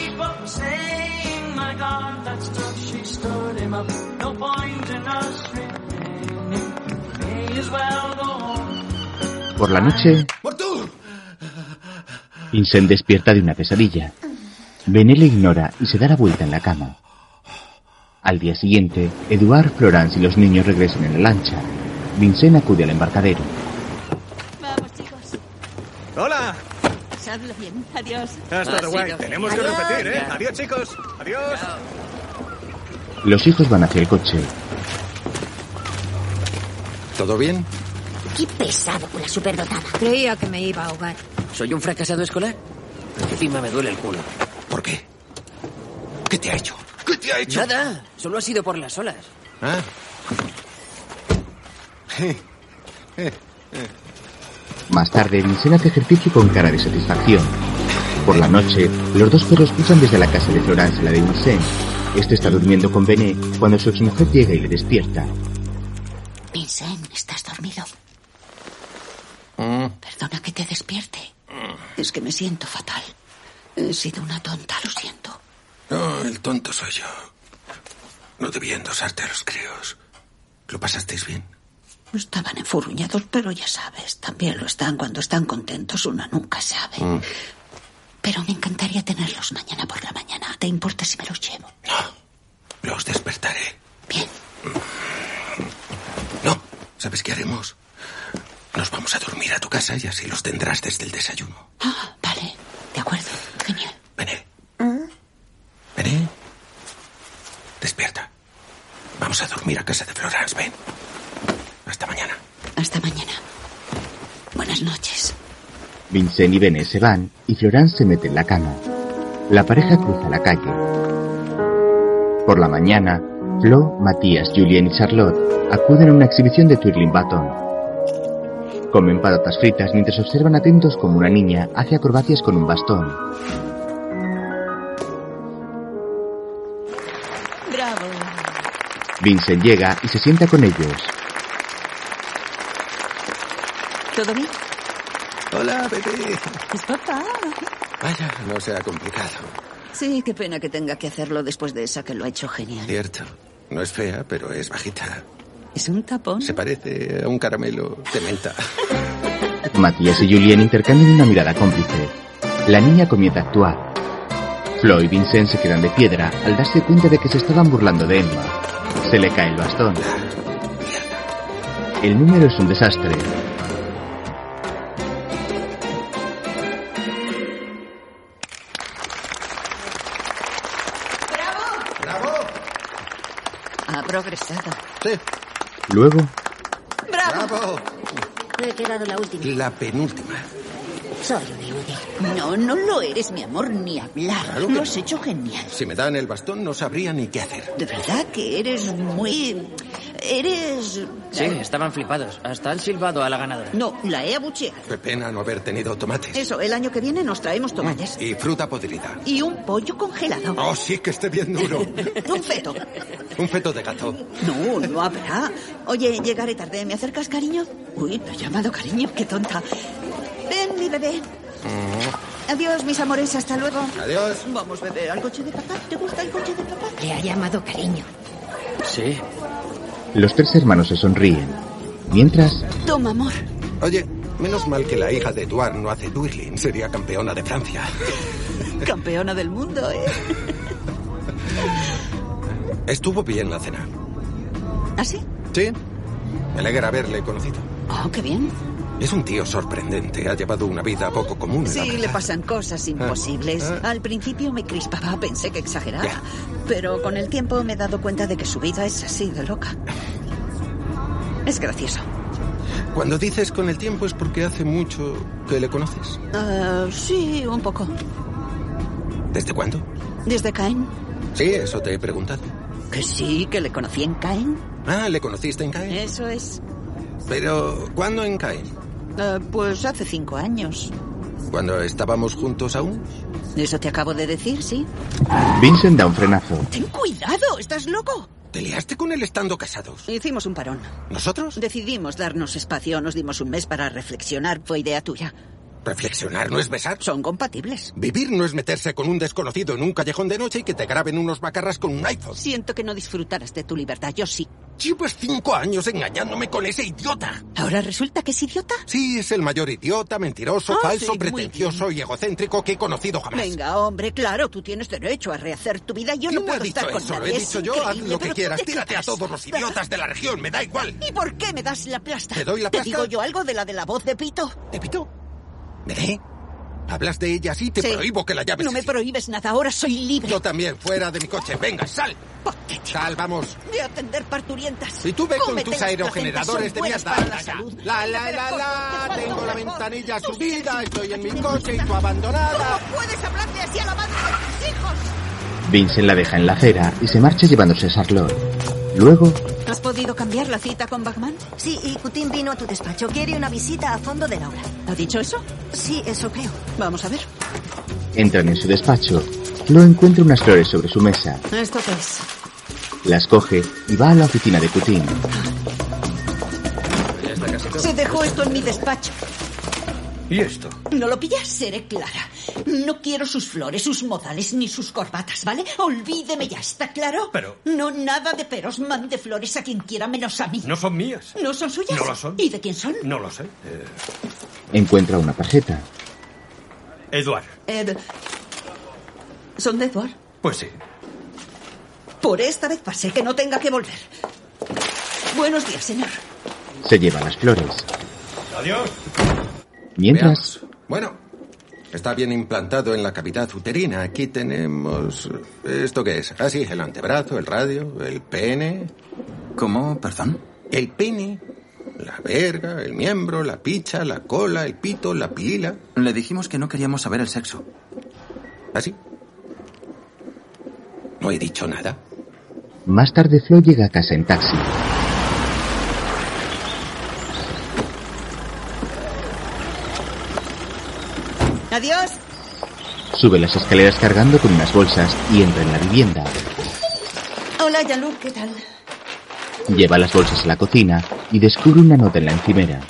S1: Por la noche, Vincent despierta de una pesadilla. Bené le ignora y se da la vuelta en la cama. Al día siguiente, Eduard, Florence y los niños regresan en la lancha. Vincent acude al embarcadero.
S3: Vamos, chicos.
S13: Hola.
S3: Sadlo bien. Adiós.
S13: Ha estado guay. Tenemos que
S3: Adiós.
S13: repetir, ¿eh? Adiós, chicos. Adiós.
S1: Los hijos van hacia el coche.
S2: ¿Todo bien?
S6: qué pesado con la superdotada.
S15: Creía que me iba a ahogar.
S12: ¿Soy un fracasado escolar? Encima me duele el culo.
S2: ¿Por qué? ¿Qué te ha hecho? ¿Qué te ha hecho?
S12: Nada. Solo ha sido por las olas.
S2: Ah.
S1: Más tarde, Vincent hace ejercicio con cara de satisfacción. Por la noche, los dos perros cruzan desde la casa de Florence a la de Vincent. Este está durmiendo con Bene cuando su exmujer llega y le despierta.
S3: Vincent, ¿estás dormido?
S2: Mm.
S3: Perdona que te despierte. Es que me siento fatal. He sido una tonta, lo siento.
S2: No, el tonto soy yo. No debía endosarte a los críos. ¿Lo pasasteis bien?
S3: Estaban enfurruñados, pero ya sabes, también lo están cuando están contentos, uno nunca sabe.
S2: Mm.
S3: Pero me encantaría tenerlos mañana por la mañana. ¿Te importa si me los llevo?
S2: Los despertaré. Bien. No, ¿sabes qué haremos? Nos vamos a dormir a tu casa y así los tendrás desde el desayuno.
S3: Ah, vale, de acuerdo, genial. ¿Mm?
S2: Ven. ¿eh? Despierta. Vamos a dormir a casa de Florence, ven. Hasta mañana.
S3: Hasta mañana. Buenas noches.
S1: Vincent y Bene se van y Florence se mete en la cama. La pareja cruza la calle. Por la mañana, Flo, Matías, Julien y Charlotte acuden a una exhibición de Twirling Baton. Comen patatas fritas mientras observan atentos como una niña hace acrobacias con un bastón.
S3: Bravo.
S1: Vincent llega y se sienta con ellos.
S3: ¿Todo bien?
S2: Hola, bebé.
S3: Es papá.
S2: Vaya, no sea complicado.
S3: Sí, qué pena que tenga que hacerlo después de esa que lo ha hecho genial.
S2: Cierto. No es fea, pero es bajita.
S3: Es un tapón.
S2: Se parece a un caramelo de menta.
S1: Matías y Julien intercambian una mirada cómplice. La niña comienza a actuar. Flo y Vincent se quedan de piedra al darse cuenta de que se estaban burlando de Emma. Se le cae el bastón. El número es un desastre.
S3: Ha progresado.
S1: Luego,
S2: ¡Bravo!
S3: Me he quedado la última.
S2: La penúltima.
S3: Soy un inútil. No, no lo eres, mi amor, ni hablar.
S2: Claro que
S3: lo has
S2: no.
S3: hecho genial.
S2: Si me dan el bastón, no sabría ni qué hacer.
S3: De verdad que eres muy... Eres...
S9: Sí, estaban flipados. Hasta han silbado a la ganadora.
S3: No, la he abucheado.
S2: Qué pena no haber tenido tomates.
S3: Eso, el año que viene nos traemos tomates.
S2: Y fruta podrida.
S3: Y un pollo congelado.
S2: Oh, sí, que esté bien duro.
S3: Un feto.
S2: Un feto de gato.
S3: No, no habrá. Oye, llegaré tarde. ¿Me acercas, cariño? Uy, me ha llamado cariño. Qué tonta. Ven, mi bebé. Adiós, mis amores. Hasta luego.
S2: Adiós.
S3: Vamos, bebé, al coche de papá. ¿Te gusta el coche de papá? Le ha llamado cariño.
S9: Sí.
S1: los tres hermanos se sonríen. Mientras,
S3: Toma, amor.
S2: Oye, menos mal que la hija de Eduard no hace twirling. Sería campeona de Francia.
S3: Campeona del mundo, ¿eh?
S2: Estuvo bien la cena.
S3: ¿Ah, sí?
S2: Sí. Me alegra haberle conocido.
S3: Oh, qué bien.
S2: Es un tío sorprendente. Ha llevado una vida poco común. la
S3: Sí,
S2: verdad. Ah,
S3: le pasan cosas imposibles. Al principio me crispaba, pensé que exageraba. Pero con el tiempo me he dado cuenta de que su vida es así de loca. Es gracioso.
S2: Cuando dices con el tiempo es porque hace mucho que le conoces.
S3: Ah, sí, un poco.
S2: ¿Desde cuándo?
S3: Desde Caen.
S2: Sí, eso te he preguntado.
S3: Que sí, que le conocí en Caen.
S2: Ah, ¿le conociste en CAE?
S3: Eso es.
S2: Pero, ¿cuándo en CAE?
S3: Ah, pues hace cinco años.
S2: ¿Cuando estábamos juntos aún?
S3: Eso te acabo de decir, sí.
S1: Vincent da un frenazo.
S3: Ten cuidado, estás loco.
S2: ¿Te liaste con él estando casados?
S3: Hicimos un parón.
S2: ¿Nosotros?
S3: Decidimos darnos espacio, nos dimos un mes para reflexionar. Fue idea tuya.
S2: Reflexionar no es besar.
S3: Son compatibles.
S2: Vivir no es meterse con un desconocido en un callejón de noche y que te graben unos macarras con un iPhone.
S3: Siento que no disfrutaras de tu libertad, yo sí.
S2: Llevas cinco años engañándome con ese idiota.
S3: ¿Ahora resulta que es idiota?
S2: Sí, es el mayor idiota, mentiroso,
S3: Ah,
S2: falso,
S3: sí, muy
S2: pretencioso y egocéntrico que he conocido jamás.
S3: Venga, hombre, claro, tú tienes derecho a rehacer tu vida. Yo
S2: ¿Quién
S3: no puedo
S2: ha dicho
S3: estar con
S2: eso? Lo
S3: nadie.
S2: he
S3: Es
S2: dicho yo, haz
S3: increíble,
S2: lo
S3: pero
S2: que
S3: tú
S2: quieras,
S3: te
S2: tírate a
S3: callas.
S2: todos los idiotas de la región, me da igual.
S3: ¿Y por qué me das la plasta?
S2: ¿Te doy la
S3: ¿Te
S2: plasta?
S3: digo yo algo de la de la voz de Pito?
S2: ¿De Pito? ¿Veré? Hablas de ella así, te
S3: Sí.
S2: prohíbo que la llames.
S3: No me prohíbes nada, ahora soy libre
S2: Yo también, fuera de mi coche. Venga, sal. Sal, vamos.
S3: de atender parturientas.
S2: Y tú ve con
S3: Cómete
S2: tus
S3: las
S2: aerogeneradores
S3: placentas, son
S2: de
S3: buenas
S2: mierda.
S3: para la
S2: Anda ya.
S3: salud.
S2: La, la, la, la, tengo la ventanilla subida, estoy en mi coche y tú abandonada.
S3: ¿Cómo puedes hablarle así a la madre de tus hijos?
S1: Vincent la deja en la acera y se marcha llevándose a Charlotte. Luego,
S3: ¿Has podido cambiar la cita con Bachman?
S16: Sí, y Cutín vino a tu despacho. Quiere una visita a fondo de la obra.
S3: ¿Ha dicho eso?
S16: Sí, eso creo.
S3: Vamos a ver.
S1: entran en su despacho. Flo encuentra unas flores sobre su mesa,
S3: ¿Esto qué es?
S1: las coge y va a la oficina de Cutín.
S3: Se dejó esto en mi despacho.
S9: ¿Y esto?
S3: ¿No lo pillas? Seré clara. No quiero sus flores, sus modales ni sus corbatas, ¿vale? Olvídeme ya, ¿está claro?
S9: Pero-
S3: No, nada de peros. Mande flores a quien quiera menos a mí.
S9: No son mías.
S3: ¿No son suyas?
S9: No lo son.
S3: ¿Y de quién son?
S9: No lo sé. Eh,
S1: Encuentra una tarjeta.
S9: Eduard.
S3: Ed. ¿Son de Edward?
S9: Pues sí.
S3: Por esta vez pasé, que no tenga que volver. Buenos días, señor.
S1: Se lleva las flores.
S2: Adiós.
S1: Mientras,
S2: Bueno, está bien implantado en la cavidad uterina. Aquí tenemos... ¿Esto qué es? Ah, sí, el antebrazo, el radio, el pene.
S17: ¿Cómo? Perdón.
S2: El pene, la verga, el miembro, la picha, la cola, el pito, la pila.
S17: Le dijimos que no queríamos saber el sexo.
S2: ¿Así? No he dicho nada.
S1: más tarde Flo llega a casa en taxi.
S3: Adiós.
S1: Sube las escaleras cargando con unas bolsas y entra en la vivienda.
S3: Hola, Yalu, ¿qué tal?
S1: Lleva las bolsas a la cocina y descubre una nota en la encimera.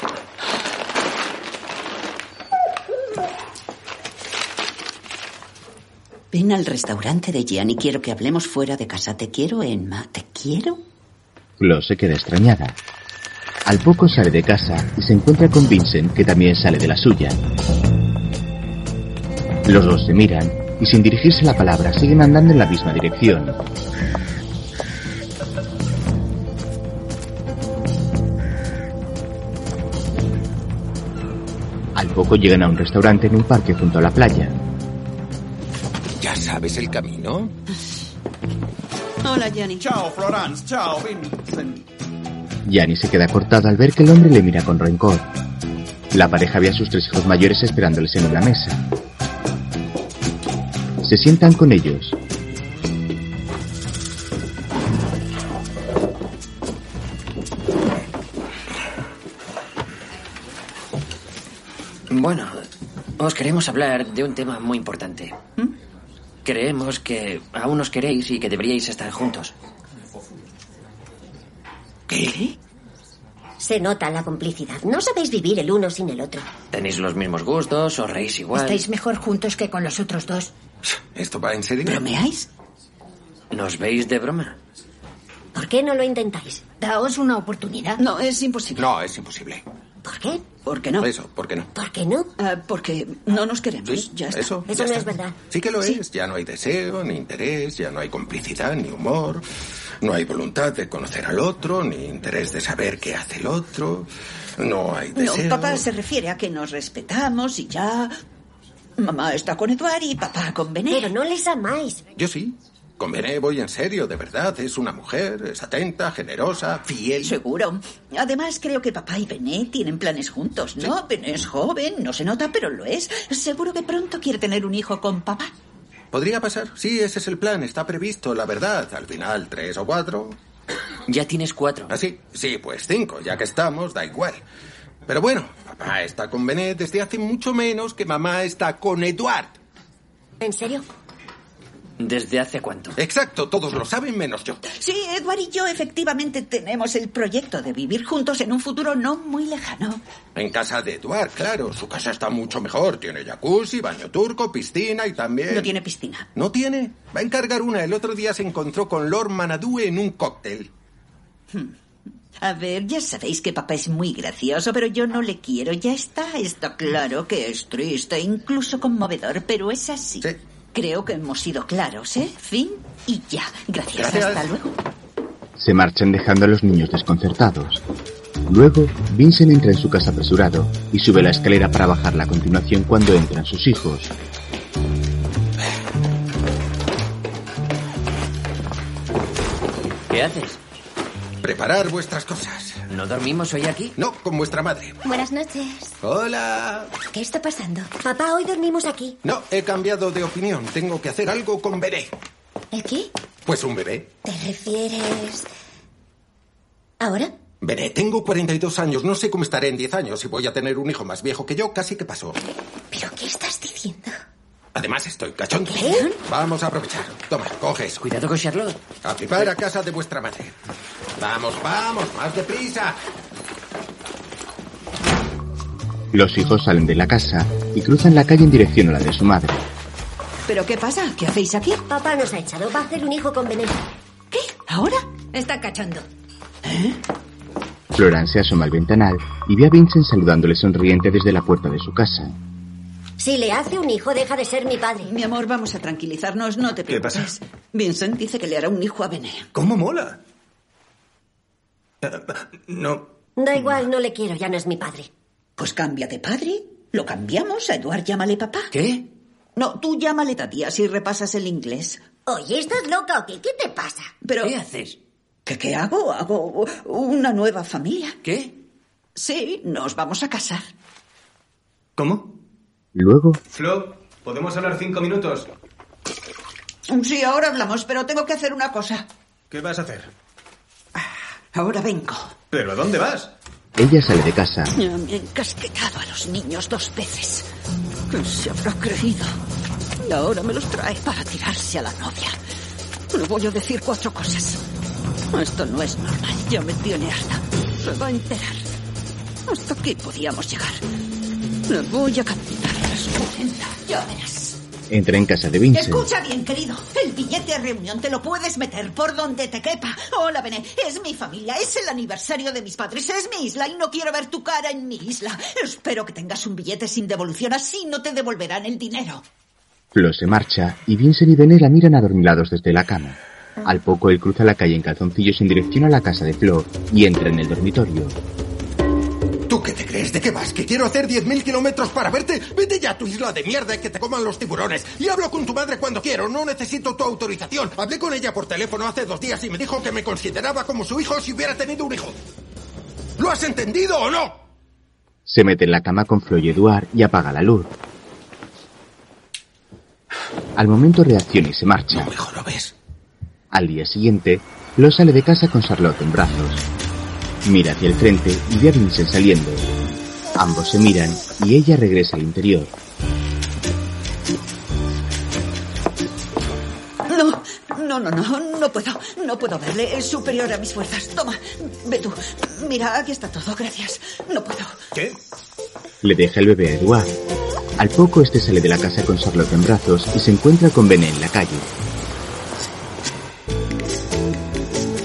S18: Ven al restaurante de Gianni. Quiero que hablemos fuera de casa. Te quiero, Emma. Te quiero.
S1: Flo se queda extrañada. Al poco sale de casa y se encuentra con Vincent, que también sale de la suya. Los dos se miran y sin dirigirse la palabra siguen andando en la misma dirección. Al poco llegan a un restaurante en un parque junto a la playa.
S2: ¿Ya sabes el camino?
S3: Hola, Gianni.
S14: Chao, Florence. Chao, Vincent.
S1: Yanni se queda cortado al ver que el hombre le mira con rencor. La pareja ve a sus tres hijos mayores esperándoles en una mesa. Se sientan con ellos.
S12: Bueno, os queremos hablar de un tema muy importante.
S3: ¿Mm?
S12: Creemos que aún os queréis y que deberíais estar juntos. ¿Qué?
S15: Se nota la complicidad. No sabéis vivir el uno sin el otro.
S12: Tenéis los mismos gustos, os reís igual.
S16: Estáis mejor juntos que con los otros dos.
S2: ¿Esto va en serio?
S12: ¿Bromeáis? ¿Nos veis de broma?
S15: ¿Por qué no lo intentáis? Daos una oportunidad.
S3: No, es imposible.
S2: No, es imposible.
S15: ¿Por qué?
S3: ¿Por qué no?
S2: Eso, ¿por qué no?
S15: ¿Por qué no?
S3: Ah, porque no nos queremos.
S2: Sí,
S3: ya está.
S2: eso, Eso ya no está. es
S3: verdad.
S2: Sí que lo es. Ya no hay deseo, ni interés, ya no hay complicidad, ni humor. No hay voluntad de conocer al otro, ni interés de saber qué hace el otro. No hay
S3: No,
S2: deseo.
S3: papá se refiere a que nos respetamos y ya. Mamá está con Eduard y papá con Bené. Pero
S15: no les amáis.
S2: Yo sí. Con Bené voy en serio, de verdad. Es una mujer, es atenta, generosa, fiel.
S3: Seguro. Además, creo que papá y Bené tienen planes juntos, ¿no? Bené es joven, no se nota, pero lo es. Seguro que pronto quiere tener un hijo con papá.
S2: ¿Podría pasar? Sí, ese es el plan, está previsto, la verdad. Al final, tres o cuatro.
S12: Ya tienes cuatro.
S2: ¿Ah, sí? Sí, pues cinco, ya que estamos, da igual. Pero bueno, papá está con Benet desde hace mucho menos que mamá está con Eduard.
S15: ¿En serio?
S12: ¿Desde hace cuánto?
S2: Exacto, todos lo saben menos yo.
S3: Sí, Eduard y yo efectivamente tenemos el proyecto de vivir juntos en un futuro no muy lejano.
S2: En casa de Eduard, claro, su casa está mucho mejor. Tiene jacuzzi, baño turco, piscina y también...
S3: No tiene piscina.
S2: ¿No tiene? Va a encargar una. El otro día se encontró con Lord Manadú en un cóctel.
S3: A ver, ya sabéis que papá es muy gracioso, pero yo no le quiero. Ya está, está claro que es triste, incluso conmovedor, pero es así. Creo que hemos sido claros, ¿eh? Fin y ya. Gracias.
S2: Gracias.
S3: Hasta luego.
S1: Se marchan dejando a los niños desconcertados. Luego, Vincent entra en su casa apresurado y sube la escalera para bajarla a continuación cuando entran sus hijos.
S12: ¿Qué haces?
S2: Preparar vuestras cosas.
S12: ¿No dormimos hoy aquí?
S2: No, con vuestra madre.
S15: Buenas noches.
S2: Hola.
S15: ¿Qué está pasando? Papá, hoy dormimos aquí.
S2: No, he cambiado de opinión. Tengo que hacer algo con Bené.
S15: ¿El qué?
S2: Pues un bebé.
S15: ¿Te refieres ¿Ahora?
S2: Veré, tengo 42 años, no sé cómo estaré en 10 años y voy a tener un hijo más viejo que yo, casi que pasó.
S15: ¿Pero qué estás diciendo?
S2: Además estoy cachondo.
S15: ¿Perdón?
S2: Vamos a aprovechar. Toma, coge eso.
S12: Cuidado con Charlotte.
S2: A flipar a casa de vuestra madre. Vamos, vamos, más deprisa.
S1: Los hijos salen de la casa y cruzan la calle en dirección a la de su madre.
S3: ¿Pero qué pasa? ¿Qué hacéis aquí?
S15: Papá nos ha echado. Va a hacer un hijo con veneno.
S3: ¿Qué? ¿Ahora?
S14: Está cachando.
S1: Florán se asoma al ventanal y ve a Vincent saludándole sonriente desde la puerta de su casa.
S15: Si le hace un hijo, deja de ser mi padre.
S3: Mi amor, vamos a tranquilizarnos, no te
S13: ¿Qué
S3: preocupes.
S13: pasa?
S3: Vincent dice que le hará un hijo a Bene.
S13: ¿Cómo mola? Eh, No.
S15: Da igual, no le quiero, ya no es mi padre.
S3: Pues cambia de padre. Lo cambiamos. A Eduard llámale papá.
S12: ¿Qué?
S3: No, tú llámale tía si repasas el inglés.
S15: Oye, ¿estás loca o qué? ¿Qué te pasa?
S3: Pero...
S12: ¿Qué haces?
S3: ¿Qué, qué hago? Hago una nueva familia.
S12: ¿Qué?
S3: Sí, nos vamos a casar.
S13: ¿Cómo?
S1: Luego,
S13: Flo, ¿podemos hablar cinco minutos?
S3: Sí, ahora hablamos, pero tengo que hacer una cosa.
S13: ¿Qué vas a hacer?
S3: Ahora vengo.
S13: ¿Pero a dónde vas?
S1: ella sale de casa.
S3: Me han casquetado a los niños dos veces. ¿Qué se habrá creído? Y ahora me los trae para tirarse a la novia. Le voy a decir cuatro cosas. Esto no es normal. Ya me tiene harta. Se va a enterar. Hasta aquí podíamos llegar. Le voy a cantar las 40. Ya verás.
S1: Entra en casa de Vincent.
S3: Escucha bien, querido. El billete de reunión te lo puedes meter por donde te quepa. Hola, Bene. Es mi familia. Es el aniversario de mis padres. Es mi isla y no quiero ver tu cara en mi isla. Espero que tengas un billete sin devolución. Así no te devolverán el dinero.
S1: Flo se marcha y Vincent y Bene la miran adormilados desde la cama. Al poco él cruza la calle en calzoncillos en dirección a la casa de Flo y entra en el dormitorio.
S2: ¿Tú qué te crees? ¿De qué vas? ¿Que quiero hacer 10.000 kilómetros para verte? Vete ya a tu isla de mierda y que te coman los tiburones. Y hablo con tu madre cuando quiero. No necesito tu autorización. Hablé con ella por teléfono hace dos días y me dijo que me consideraba como su hijo si hubiera tenido un hijo. ¿Lo has entendido o no?
S1: Se mete en la cama con Flo y Eduard y apaga la luz. Al momento reacciona y se marcha.
S2: ¿Lo ves?
S1: Al día siguiente, Flo sale de casa con Charlotte en brazos. Mira hacia el frente y ve a Vincent saliendo. Ambos se miran y ella regresa al interior.
S3: No, no, no, no. No puedo. No puedo verle. Es superior a mis fuerzas. Toma, ve tú. Mira, aquí está todo. Gracias. No puedo.
S13: ¿Qué?
S1: Le deja el bebé a Eduard. Al poco este sale de la casa con Charlotte en brazos y se encuentra con Bene en la calle.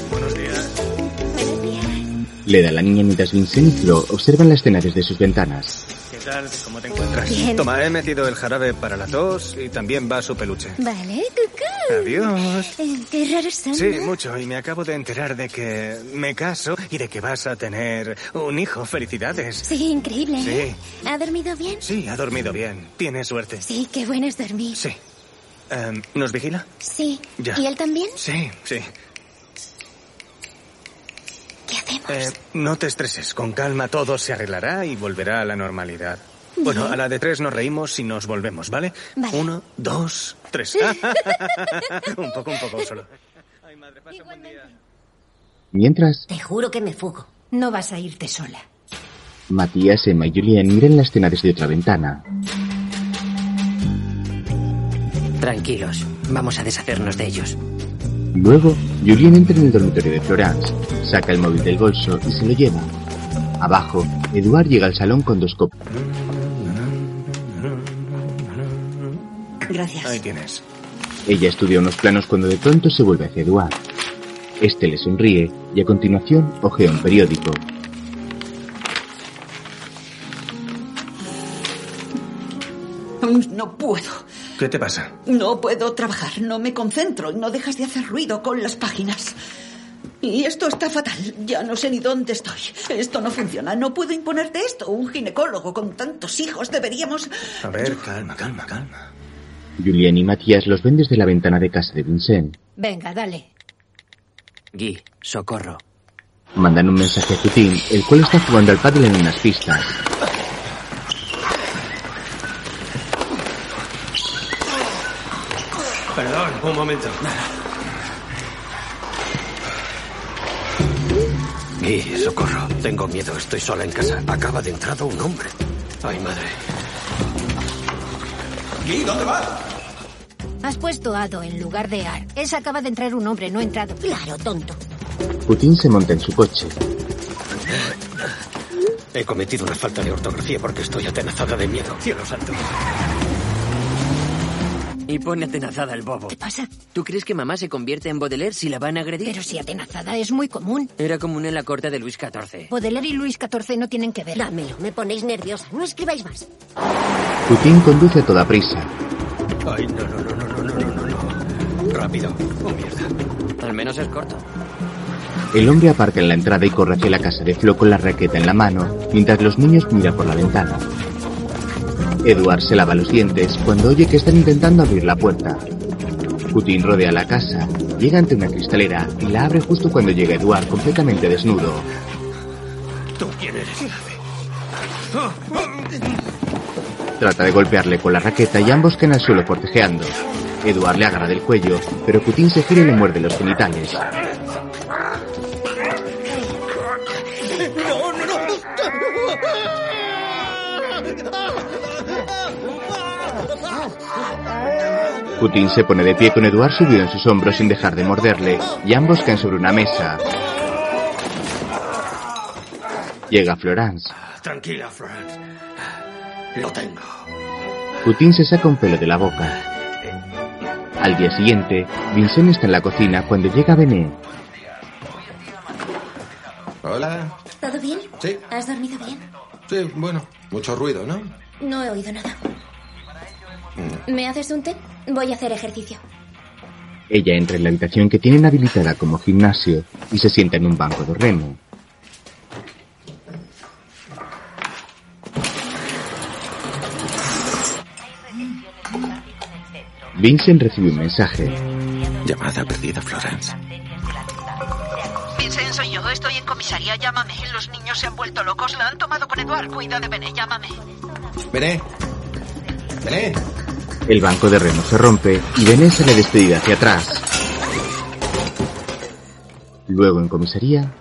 S13: Buenos días.
S1: Le da la niña mientras Vincent y Flo observan la escena desde sus ventanas.
S13: ¿Qué tal? ¿Cómo te encuentras?
S15: Bien.
S13: Toma, he metido el jarabe para la tos y también va su peluche.
S15: Vale, cucú.
S13: Adiós.
S15: Eh, Qué raros son,
S13: Sí,
S15: ¿no?
S13: mucho. Y me acabo de enterar de que me caso y de que vas a tener un hijo. Felicidades.
S15: Sí, increíble, ¿eh?
S13: Sí.
S15: ¿Ha dormido bien?
S13: Sí, ha dormido bien. Tiene suerte.
S15: Sí, qué bueno es dormir.
S13: Sí. Em, ¿Nos vigila?
S15: Sí.
S13: Ya.
S15: ¿Y él también?
S13: Sí, sí.
S15: ¿Qué hacemos?
S13: Eh, no te estreses. Con calma todo se arreglará y volverá a la normalidad. Bueno,
S15: Bien.
S13: a la de tres nos reímos y nos volvemos, ¿vale?
S15: Vale.
S13: Uno, dos, tres. un poco, un poco solo.
S1: Mientras,
S15: Te juro que me fugo.
S14: No vas a irte sola.
S1: Matías, Emma y Julien miran la escena desde otra ventana.
S12: Tranquilos, vamos a deshacernos de ellos.
S1: Luego, Julien entra en el dormitorio de Florence, saca el móvil del bolso y se lo lleva. Abajo, Eduard llega al salón con dos copas.
S3: Gracias.
S13: Ahí tienes.
S1: Ella estudia unos planos cuando de pronto se vuelve hacia Eduard. Este le sonríe y a continuación ojea un periódico.
S3: No puedo.
S13: ¿Qué te pasa?
S3: No puedo trabajar, no me concentro y no dejas de hacer ruido con las páginas. Y esto está fatal, ya no sé ni dónde estoy. Esto no funciona, no puedo imponerte esto. Un ginecólogo con tantos hijos deberíamos...
S13: A ver, calma, calma, calma.
S1: Julien y Matías los ven desde la ventana de casa de Vincent.
S14: Venga, dale.
S12: Guy, socorro.
S1: Mandan un mensaje a Cutín, el cual está jugando al pádel en unas pistas.
S13: Perdón, un momento.
S9: Guy, socorro. Tengo miedo, estoy sola en casa. Acaba de entrar un hombre. Ay, madre.
S14: Guy, ¿dónde vas?
S15: Has puesto Ado en lugar de Ar. Es acaba de entrar un hombre, no ha entrado. Claro, tonto.
S1: Putin se monta en su coche.
S9: He cometido una falta de ortografía porque estoy atenazada de miedo. Cielo santo.
S12: Y pone atenazada el bobo.
S15: ¿Qué pasa?
S12: ¿Tú crees que mamá se convierte en Baudelaire si la van a agredir?
S15: Pero si atenazada es muy común.
S12: Era común en la corte de Luis XIV.
S15: Baudelaire y Luis XIV no tienen que ver.
S19: Dámelo, me ponéis nerviosa. No escribáis más.
S1: Putin conduce a toda prisa.
S9: Ay, no, no, no, no, no, no, no, no. Rápido. Oh, mierda.
S12: Al menos es corto.
S1: El hombre aparca en la entrada y corre hacia la casa de Flo con la raqueta en la mano, mientras los niños miran por la ventana. Edward se lava los dientes cuando oye que están intentando abrir la puerta. Putin rodea la casa, llega ante una cristalera y la abre justo cuando llega Edward completamente desnudo.
S9: ¿Tú quién eres?
S1: Trata de golpearle con la raqueta y ambos caen al suelo forcejeando. Edward le agarra del cuello, pero Putin se gira y le muerde los genitales.
S14: No, no, no.
S1: Putin se pone de pie con Edward subido en sus hombros sin dejar de morderle, y ambos caen sobre una mesa. Llega Florence.
S9: Tranquila, Florence. Lo tengo.
S1: Putin se saca un pelo de la boca. Al día siguiente, Vincent está en la cocina cuando llega Bené.
S2: Hola.
S6: ¿Todo bien?
S2: Sí.
S6: ¿Has dormido bien?
S2: Sí, bueno, mucho ruido, ¿no?
S6: No he oído nada.
S13: Mm.
S6: ¿Me haces un té? Voy a hacer ejercicio.
S1: Ella entra en la habitación que tienen habilitada como gimnasio y se sienta en un banco de remo. Vincent recibe un mensaje.
S2: Llamada perdida, Florence.
S3: Vincent, soy yo. Estoy en comisaría. Llámame. Los niños se han vuelto locos. La han tomado con Eduard. Cuida de Bené. Llámame.
S2: Bené. Bené.
S1: El banco de remo se rompe y Bené sale despedida hacia atrás. Luego en comisaría,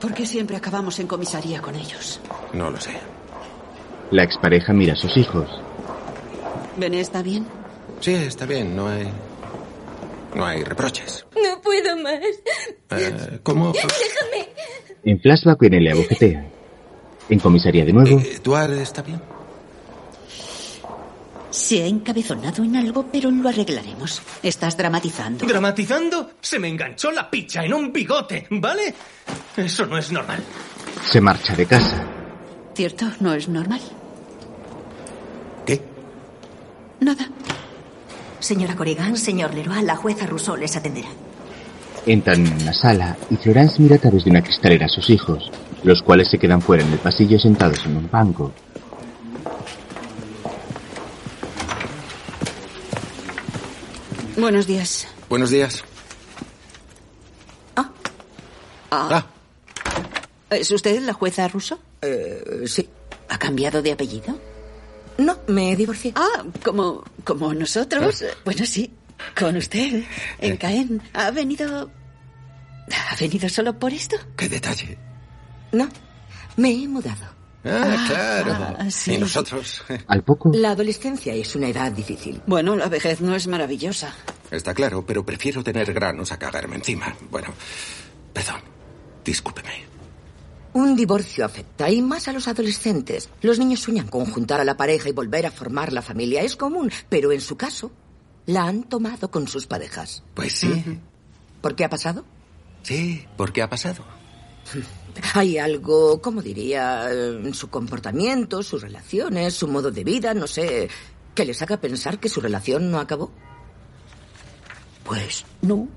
S3: ¿Por qué siempre acabamos en comisaría con ellos?
S2: No lo sé.
S1: la expareja mira a sus hijos.
S3: ¿Bené está bien?
S2: Sí, está bien, no hay. No hay reproches.
S19: No puedo más.
S2: Eh, ¿Cómo?
S19: Déjame.
S1: En flashback Bené le abofetea. En comisaría de nuevo,
S2: ¿Eduard está bien?
S20: Se ha encabezonado en algo, pero lo arreglaremos. Estás dramatizando.
S13: ¿Dramatizando? Se me enganchó la picha en un bigote, ¿vale? Eso no es normal.
S1: se marcha de casa.
S20: ¿Cierto? No es normal.
S2: ¿Qué?
S20: Nada.
S21: Señora Corrigan, señor Leroy, la jueza Rousseau les atenderá.
S1: Entran en la sala y Florence mira a través de una cristalera a sus hijos, los cuales se quedan fuera en el pasillo sentados en un banco.
S3: Buenos días.
S2: Buenos días.
S3: Ah. ¿Es usted la jueza ruso?
S21: Eh,
S3: sí. ¿Ha cambiado de apellido?
S4: No, me divorcié.
S3: Ah, como, como nosotros.
S2: Ah.
S3: Bueno, sí. Con usted,
S2: Eh.
S3: en Caen. ¿Ha venido. ¿Ha venido solo por esto?
S2: ¿Qué detalle?
S4: No, me he mudado.
S2: Ah,
S3: Ah,
S2: claro.
S3: ah, sí.
S2: Y nosotros.
S1: Al poco.
S4: La adolescencia es una edad difícil.
S3: Bueno, la vejez no es maravillosa.
S2: Está claro, pero prefiero tener granos a cagarme encima. Bueno, perdón. Discúlpeme.
S4: Un divorcio afecta y más a los adolescentes. Los niños sueñan con juntar a la pareja y volver a formar la familia. Es común, pero en su caso, la han tomado con sus parejas.
S2: Pues sí.
S4: ¿Por qué ha pasado?
S2: Sí. ¿Por qué ha pasado?
S4: Hay algo, como diría, en su comportamiento, sus relaciones, su modo de vida, no sé, que les haga pensar que su relación no acabó. Pues no.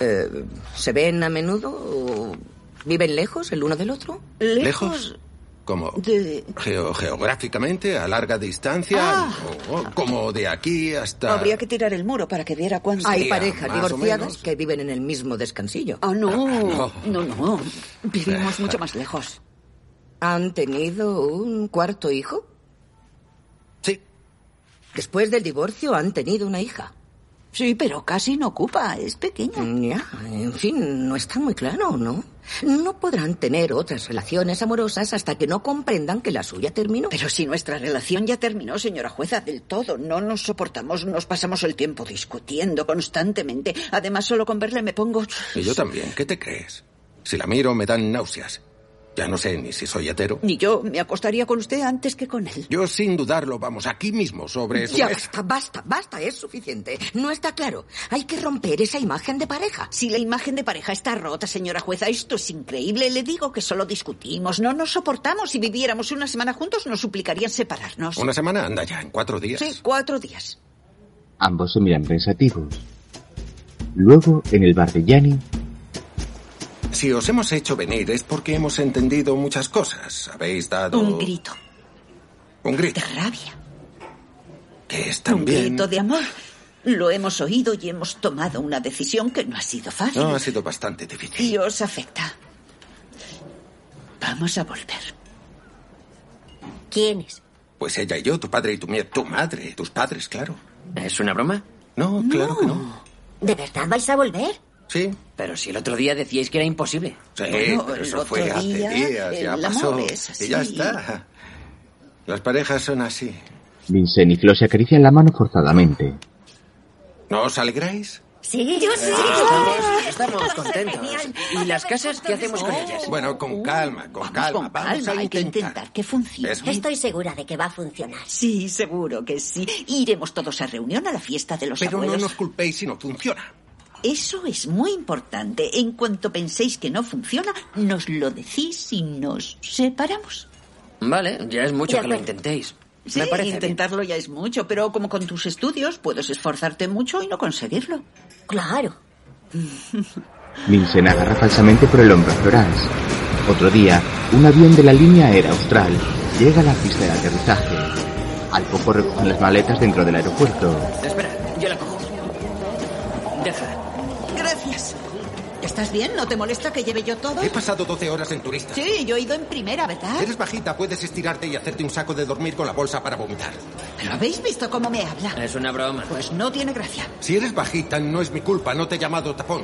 S4: Eh, ¿Se ven a menudo? o ¿Viven lejos el uno del otro?
S2: ¿Lejos? ¿Como
S4: De...
S2: geo- geográficamente, a larga distancia?
S4: Ah.
S2: o- o como de aquí hasta...
S3: Habría que tirar el muro para que diera cuánto.
S4: Hay
S2: Sí,
S4: parejas
S2: más o
S4: divorciadas
S2: menos.
S4: que viven en el mismo descansillo.
S3: Ah, no. No, no. Vivimos mucho más lejos.
S4: ¿Han tenido un cuarto hijo?
S2: Sí.
S4: Después del divorcio han tenido una hija.
S3: Sí, pero casi no ocupa, es pequeña.
S22: Ya, en fin, no está muy claro, ¿no? No podrán tener otras relaciones amorosas hasta que no comprendan que la suya terminó.
S3: Pero si nuestra relación ya terminó, señora jueza, del todo. No nos soportamos, nos pasamos el tiempo discutiendo constantemente. Además, solo con verle me pongo...
S2: Y yo también, ¿qué te crees? Si la miro me dan náuseas. Ya no sé ni si soy hetero.
S3: Ni yo me acostaría con usted antes que con él.
S2: Yo sin dudarlo, vamos, aquí mismo, sobre su
S22: Ya
S2: mesa.
S22: basta, basta, basta, es suficiente. No está claro. Hay que romper esa imagen de pareja.
S3: Si la imagen de pareja está rota, señora jueza, esto es increíble. Le digo que solo discutimos, no nos soportamos. Si viviéramos una semana juntos, nos suplicarían separarnos.
S2: Una semana anda ya, en cuatro días.
S3: Sí, cuatro días.
S1: Ambos se miran pensativos. Luego, en el bar de Yanni,
S2: Si os hemos hecho venir es porque hemos entendido muchas cosas. Habéis dado...
S3: Un grito.
S2: Un grito.
S3: De rabia.
S2: Que es también...
S3: Un grito de amor. Lo hemos oído y hemos tomado una decisión que no ha sido fácil.
S2: No, ha sido bastante difícil.
S3: Y os afecta. Vamos a volver.
S2: ¿Quiénes? Pues ella y yo, tu padre y tu, mie- tu madre, tus padres, claro. ¿Es una broma? No, claro que no.
S15: ¿De verdad vais a volver?
S2: Sí.
S12: Pero si el otro día decíais que era imposible.
S2: Sí, Eh, pero eso fue hace días, ya pasó. Y ya está. Las parejas son así.
S1: Vincent y Flo se acarician la mano forzadamente.
S2: ¿No os alegráis?
S15: Sí,
S12: yo
S2: sí.
S12: Estamos, estamos contentos. ¿Y las casas qué hacemos con ellas?
S2: Bueno, con calma, con calma.
S12: con
S2: vamos
S12: calma,
S2: a
S12: hay que
S2: intentar.
S3: Que funcione.
S2: Eso.
S15: Estoy segura de que va a funcionar.
S3: Sí, seguro que sí. Iremos todos a reunión a la fiesta de los
S2: Pero no
S3: abuelos.
S2: nos culpéis si no funciona.
S3: Eso es muy importante. En cuanto penséis que no funciona, nos lo decís y nos separamos.
S12: Vale, ya es mucho
S3: De
S12: que lo
S3: acuerdo.
S12: intentéis.
S3: Sí,
S12: Me parece bien.
S3: intentarlo ya es mucho, pero como con tus estudios puedes esforzarte mucho y no conseguirlo.
S15: Claro.
S1: Vincent agarra falsamente por el hombro a Florence. Otro día, un avión de la línea aérea austral llega a la pista de aterrizaje. Al poco recogen las maletas dentro del aeropuerto.
S12: Espera, yo la cojo. Deja.
S3: Gracias. ¿Estás bien? ¿No te molesta que lleve yo todo?
S2: He pasado 12 horas en turista.
S3: Sí, yo he ido en primera, ¿verdad?
S2: Eres bajita, puedes estirarte y hacerte un saco de dormir con la bolsa para vomitar.
S3: ¿Pero habéis visto cómo me habla?
S12: Es una broma.
S3: Pues no tiene gracia.
S2: Si eres bajita, no es mi culpa, no te he llamado tapón.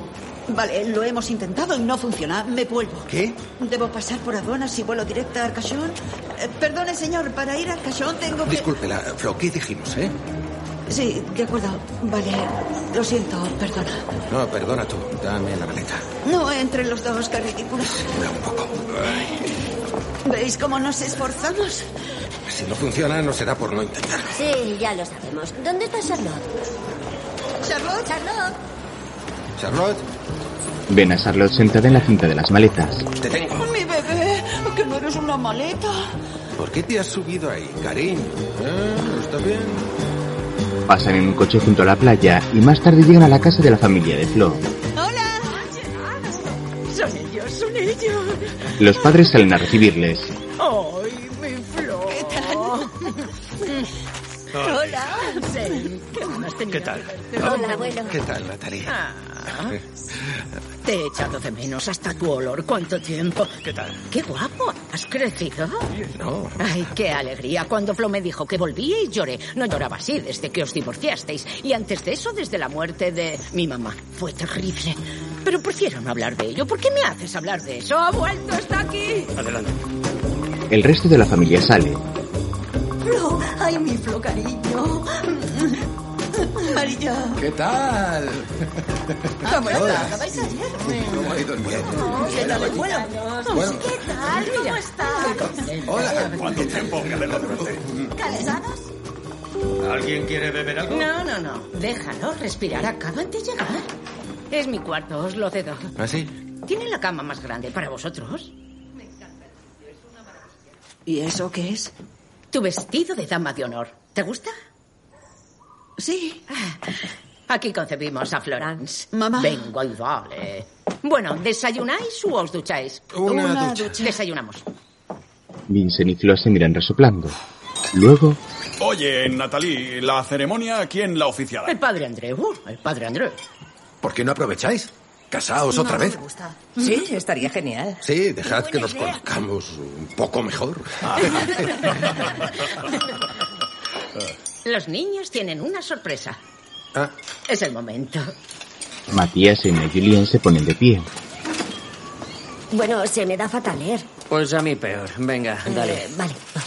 S3: Vale, lo hemos intentado y no funciona. Me vuelvo.
S2: ¿Qué?
S3: ¿Debo pasar por aduanas y vuelo directa a Arcachón? Eh, perdone, señor, para ir a Arcachón tengo que...
S2: Discúlpela, Flo, ¿qué dijimos, eh?
S3: Sí, de acuerdo. Vale, lo siento, perdona.
S2: No, perdona tú, dame la maleta.
S3: No, entre los dos, qué ridículo. ¿Veis cómo nos esforzamos?
S2: Si no funciona, no será por no intentar.
S15: Sí, ya lo sabemos. ¿Dónde está Charlotte?
S3: Charlotte.
S15: Charlotte.
S2: Charlotte,
S1: Ven a Charlotte sentada en la cinta de las maletas.
S2: te tengo.
S3: Mi bebé, que no eres una maleta.
S2: ¿Por qué te has subido ahí, cariño? ¿Eh? ¿Está bien?
S1: Pasan en un coche junto a la playa y más tarde llegan a la casa de la familia de Flo.
S3: ¡Hola! Son ellos, son ellos.
S1: Los padres salen a recibirles.
S3: ¡Ay, mi flor! ¿Qué tal?
S2: Hola.
S3: Hola. ¿Qué ganas tenía
S2: ¿Qué tal?
S3: de verte.
S2: Hola, ¿Qué tal, Natalia?
S4: Ah, te he echado de menos hasta tu olor. ¿Cuánto tiempo? ¿Qué tal? ¡Qué guapo! ¿Has crecido?
S2: No.
S4: Ay, qué alegría. Cuando Flo me dijo que volvía y lloré. No lloraba así desde que os divorciasteis. Y antes de eso, desde la muerte de mi mamá. Fue terrible. Pero prefiero no hablar de ello. ¿Por qué me haces hablar de eso? ¡Ha vuelto! ¡Está aquí!
S1: Adelante. El resto de la familia sale.
S14: Flo, ay, mi Flo, cariño.
S3: Ah.
S14: María.
S23: ¿Qué tal?
S2: Ah,
S14: ¿Cómo
S23: Hola.
S14: está? ¿Acabáis ayer?
S23: ¿Cómo ha ido el viaje?
S14: ¿Qué tal el vuelo?
S23: Bueno.
S14: ¿Qué tal? ¿Cómo estás?
S23: Hola. ¿Cuánto tiempo? Que verlo durante.
S14: ¿Cansados?
S24: ¿Alguien quiere beber algo?
S4: No, no, no. Déjalo respirar. Acaban de llegar. Es mi cuarto, os lo cedo.
S2: ¿Ah, sí?
S4: ¿Tienen la cama más grande para vosotros?
S3: ¿Y eso qué es?
S4: Tu vestido de dama de honor. ¿Te gusta? Ah,
S3: Sí.
S4: Aquí concebimos a Florence.
S3: Mamá.
S4: Vengo y vale. Bueno, ¿desayunáis o os ducháis?
S1: Una Una ducha.
S4: Desayunamos.
S1: Vincent y Flo se miran resoplando. Luego,
S25: Oye, Natalie, la ceremonia, ¿quién la oficiará?
S4: El padre Andreu. El padre Andreu.
S25: ¿Por qué no aprovecháis?
S2: Casaos otra vez.
S26: Sí, estaría genial.
S2: Sí, dejad que nos conozcamos un poco mejor.
S4: Los niños tienen una sorpresa.
S2: Ah,
S4: Es el momento.
S1: Matías, Emma y Julien se ponen de pie.
S15: Bueno, se me da fatal ¿eh? leer.
S12: Pues a mí peor. Venga, dale.
S15: Eh, vale, voy.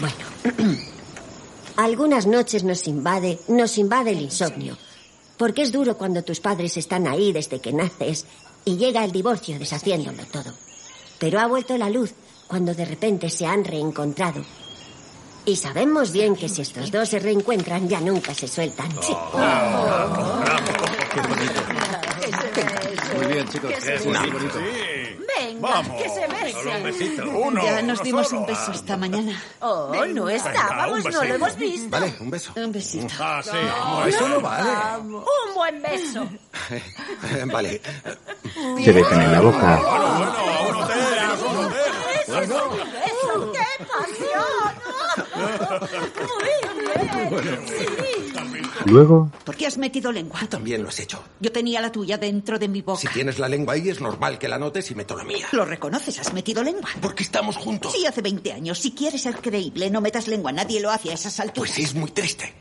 S15: Bueno. Algunas noches nos invade, nos invade el insomnio. Porque es duro cuando tus padres están ahí desde que naces y llega el divorcio deshaciéndolo todo. Pero ha vuelto la luz cuando de repente se han reencontrado. Y sabemos bien que si estos dos se reencuentran ya nunca se sueltan. Sí.
S27: Muy bien, chicos. Es muy bonito.
S14: Venga,
S27: Vamos.
S14: que se
S27: Solo un
S14: besen.
S27: besito. Uno,
S3: ya nos
S27: uno
S3: dimos
S27: solo.
S3: un beso esta mañana.
S14: Oh, no estábamos, no lo hemos visto.
S2: Vale, un beso.
S3: Un besito.
S2: Ah, sí.
S14: No,
S2: Eso no vale.
S14: vamos. Un buen beso.
S2: Vale.
S1: Se besan en la boca.
S14: ¡Qué pasión! Muy bien.
S1: Luego,
S3: ¿Por qué has metido lengua?
S2: También lo has hecho.
S3: Yo tenía la tuya dentro de mi boca.
S2: Si tienes la lengua ahí, es normal que la notes y meto la mía.
S3: Lo reconoces, has metido lengua.
S2: Porque estamos juntos.
S3: Sí, hace 20 años. Si quieres ser creíble, no metas lengua. Nadie lo hace a esas alturas.
S2: Pues es muy triste.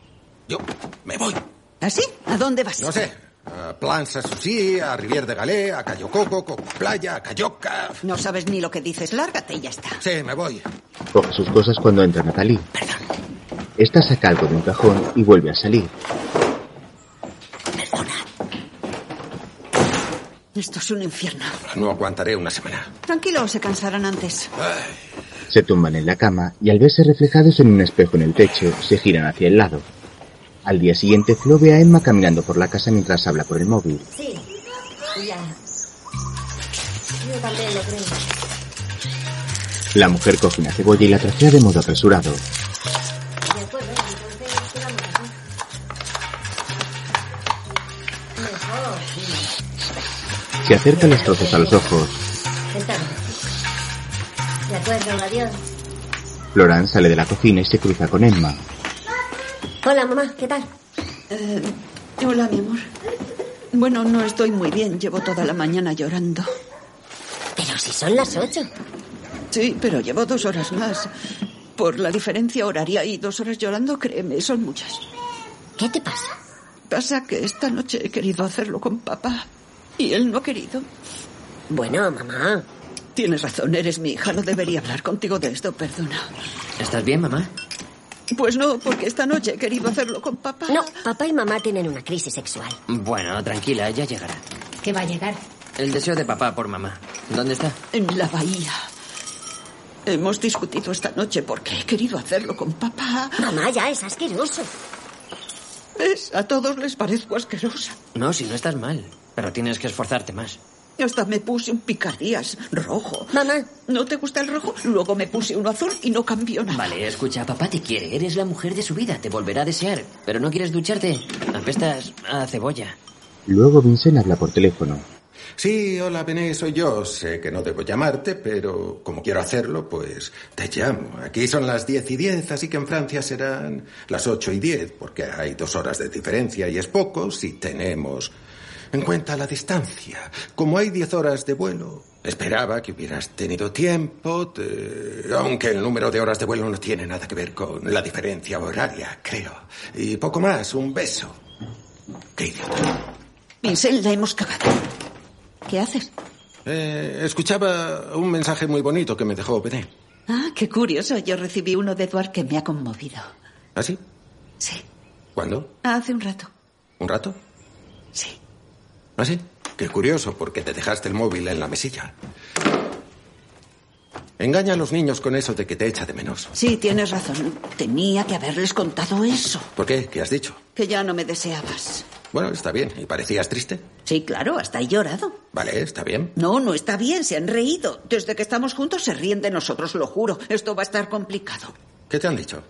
S2: Yo me voy.
S3: ¿Así? ¿A dónde vas?
S2: No sé. A Planza Susi, a Rivier de Galé, a Cayo Coco, Coco Playa, a Cayoca.
S3: No sabes ni lo que dices. Lárgate y ya está.
S2: Sí, me voy.
S1: coge sus cosas cuando entra Natalie. Esta saca algo de un cajón y vuelve a salir.
S3: Esto es un infierno.
S2: No aguantaré una semana.
S3: Tranquilo, se cansarán antes.
S1: Se tumban en la cama y al verse reflejados en un espejo en el techo, se giran hacia el lado. Al día siguiente, Flo ve a Emma caminando por la casa mientras habla por el móvil.
S15: Sí, ya. Yo también lo creo.
S1: La mujer coge una cebolla y la trasea de modo apresurado.
S15: De acuerdo, entonces ¿qué vamos a hacer? Mejor.
S1: Se acerca los trozos a los ojos.
S15: Está bien. De acuerdo, adiós.
S1: Florán sale de la cocina y se cruza con Emma.
S15: Hola, mamá, ¿qué tal?
S3: Eh, hola, mi amor. Bueno, no estoy muy bien. Llevo toda la mañana llorando.
S15: Pero si son las ocho.
S3: Sí, pero llevo dos horas más. Por la diferencia horaria y dos horas llorando, créeme, son muchas.
S15: ¿Qué te pasa?
S3: Pasa que esta noche he querido hacerlo con papá y él no ha querido.
S15: Bueno, mamá.
S3: Tienes razón, eres mi hija. No debería hablar contigo de esto, perdona.
S12: ¿Estás bien, mamá?
S3: Pues no, porque esta noche he querido hacerlo con papá.
S15: No, papá y mamá tienen una crisis sexual.
S12: Bueno, tranquila, ya llegará.
S15: ¿Qué va a llegar?
S12: El deseo de papá por mamá. ¿Dónde está?
S3: En la bahía. Hemos discutido esta noche porque he querido hacerlo con papá.
S15: Mamá, ya es asqueroso.
S3: ¿Ves? A todos les parezco asquerosa.
S12: No, si no estás mal. Pero tienes que esforzarte más.
S3: Hasta me puse un picardías rojo. Mamá. ¿No te gusta el rojo? Luego me puse uno azul y no cambió nada.
S12: Vale, escucha, papá te quiere. Eres la mujer de su vida. Te volverá a desear. Pero no quieres ducharte. Apestas a cebolla.
S1: Luego Vincent habla por teléfono.
S2: Sí, hola, Bené, soy yo. Sé que no debo llamarte, pero como quiero hacerlo, pues te llamo. Aquí son las 10 y 10, así que en Francia serán las 8 y 10, porque hay dos horas de diferencia y es poco si tenemos en cuenta la distancia. Como hay 10 horas de vuelo, esperaba que hubieras tenido tiempo, de- aunque el número de horas de vuelo no tiene nada que ver con la diferencia horaria, creo. Y poco más, un beso.
S3: Vincent, la hemos cagado. ¿Qué haces?
S2: Eh, escuchaba un mensaje muy bonito que me dejó Bené.
S3: Ah, qué curioso. Yo recibí uno de Eduard que me ha conmovido.
S2: ¿Ah, sí?
S3: Sí.
S2: ¿Cuándo?
S3: Hace un rato.
S2: ¿Un rato?
S3: Sí.
S2: ¿Ah, sí? Qué curioso, porque te dejaste el móvil en la mesilla. Engaña a los niños con eso de que te echa de menos.
S3: Sí, tienes razón. Tenía que haberles contado eso.
S2: ¿Por qué? ¿Qué has dicho?
S3: Que ya no me deseabas.
S2: Bueno, está bien. ¿Y parecías triste?
S3: Sí, claro, hasta he llorado.
S2: Vale, está bien.
S3: No, no está bien, se han reído. Desde que estamos juntos se ríen de nosotros, lo juro. Esto va a estar complicado.
S2: ¿Qué te han dicho?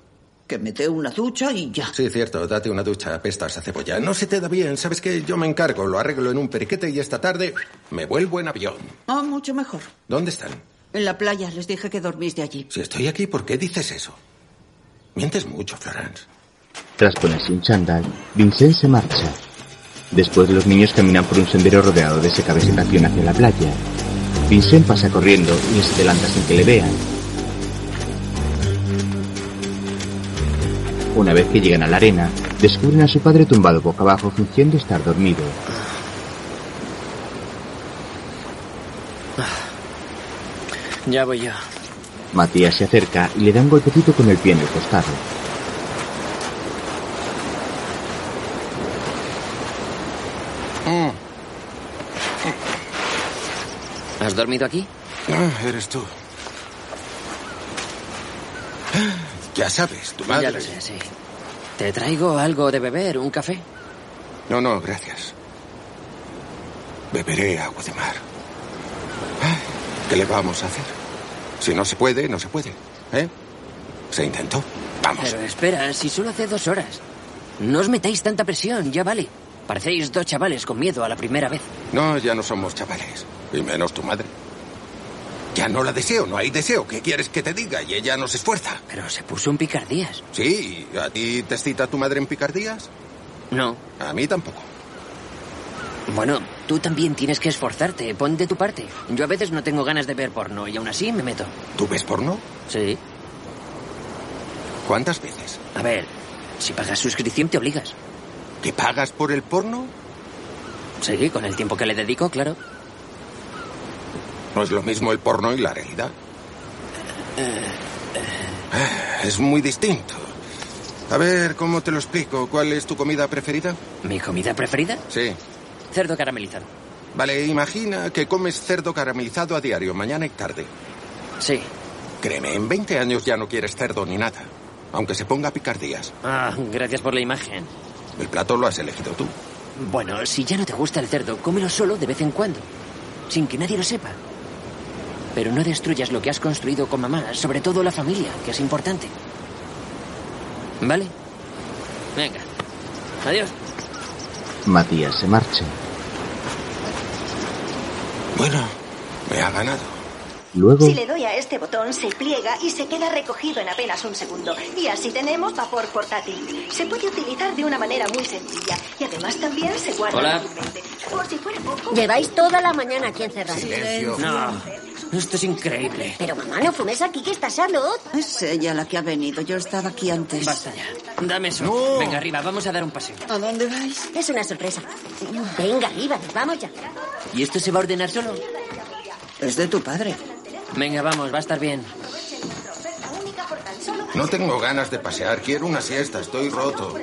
S3: Que me dé una ducha y ya.
S2: Sí, cierto, date una ducha, apestas a cebolla. No se te da bien, ¿sabes qué? Yo me encargo, lo arreglo en un periquete y esta tarde me vuelvo en avión.
S3: Ah, mucho mejor.
S2: ¿Dónde están?
S3: En la playa les dije que dormís de allí.
S2: Si estoy aquí, ¿por qué dices eso? Mientes mucho, Florence.
S1: Tras ponerse un chándal, Vincent se marcha. Después los niños caminan por un sendero rodeado de seca vegetación hacia la playa. Vincent pasa corriendo y se adelanta sin que le vean. Una vez que llegan a la arena, descubren a su padre tumbado boca abajo fingiendo estar dormido.
S12: Ya voy yo.
S1: Matías se acerca y le da un golpecito con el pie en el costado.
S12: Eh. ¿Has dormido aquí?
S2: Ah, eres tú. Ya sabes, tu
S12: Ya
S2: madre.
S12: lo sé, sí. ¿Te traigo algo de beber? ¿Un café?
S2: No, no, gracias. Beberé agua de mar. Ay, ¿Qué le vamos a hacer? Si no se puede, no se puede. ¿Eh? Se intentó. Vamos.
S12: Pero espera, si solo hace dos horas. No os metáis tanta presión, ya vale. Parecéis dos chavales con miedo a la primera vez.
S2: No, ya no somos chavales. Y menos tu madre. Ya no la deseo, no hay deseo. ¿Qué quieres que te diga? Y ella no se esfuerza.
S12: Pero se puso en picardías.
S2: Sí, ¿a ti te excita tu madre en picardías?
S12: No.
S2: A mí tampoco.
S12: Bueno, tú también tienes que esforzarte, pon de tu parte. Yo a veces no tengo ganas de ver porno y aún así me meto.
S2: ¿Tú ves porno?
S12: Sí.
S2: ¿Cuántas veces?
S12: A ver, si pagas suscripción te obligas.
S2: ¿Que pagas por el porno?
S12: Sí, con el tiempo que le dedico, claro.
S2: No es lo mismo el porno y la realidad. Ah, Es muy distinto. A ver, ¿cómo te lo explico? ¿Cuál es tu comida preferida?
S12: ¿Mi comida preferida?
S2: Sí.
S12: Cerdo caramelizado.
S2: Vale, imagina que comes cerdo caramelizado a diario, mañana y tarde.
S12: Sí.
S2: Créeme, en 20 años ya no quieres cerdo ni nada, aunque se ponga picardías.
S12: Ah, gracias por la imagen.
S2: El plato lo has elegido tú.
S12: Bueno, si ya no te gusta el cerdo, cómelo solo de vez en cuando, sin que nadie lo sepa. Pero no destruyas lo que has construido con mamá, sobre todo la familia, que es importante. ¿Vale? Venga. Adiós.
S1: Matías se marcha.
S2: Bueno, me ha ganado.
S1: Luego,
S14: Si le doy a este botón, se pliega y se queda recogido en apenas un segundo. Y así tenemos vapor portátil. Se puede utilizar de una manera muy sencilla. Y además también se guarda
S12: Hola.
S14: fácilmente. Por si fuera poco...
S15: Lleváis toda la mañana aquí encerrados.
S12: No, esto es increíble.
S15: Pero mamá, no fumes aquí, que está Charlotte.
S3: Es ella la que ha venido. Yo estaba aquí antes.
S12: Basta ya. Dame eso. Venga, arriba, vamos a dar un paseo.
S15: ¿A dónde vais? Es una sorpresa. Venga, arriba, vamos ya.
S12: ¿Y esto se va a ordenar solo?
S3: Es de tu padre.
S12: Venga, vamos, va a estar bien.
S2: No tengo ganas de pasear, quiero una siesta, estoy roto.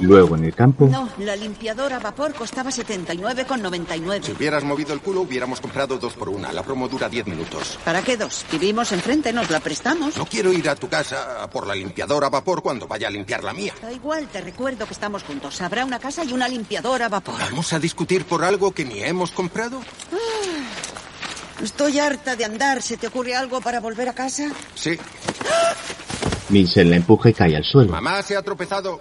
S1: luego en el campo,
S3: No, la limpiadora a vapor costaba 79,99.
S2: Si hubieras movido el culo, hubiéramos comprado dos por una. La promo dura 10 minutos.
S3: ¿Para qué dos? Vivimos enfrente, nos la prestamos.
S2: No quiero ir a tu casa a por la limpiadora a vapor cuando vaya a limpiar la mía.
S3: Da igual, te recuerdo que estamos juntos. Habrá una casa y una limpiadora a vapor.
S2: ¿Vamos a discutir por algo que ni hemos comprado?
S3: Ah, Estoy harta de andar. ¿Se te ocurre algo para volver a casa?
S2: Sí.
S1: Vincent la empuja y cae al suelo.
S2: Mamá se ha tropezado.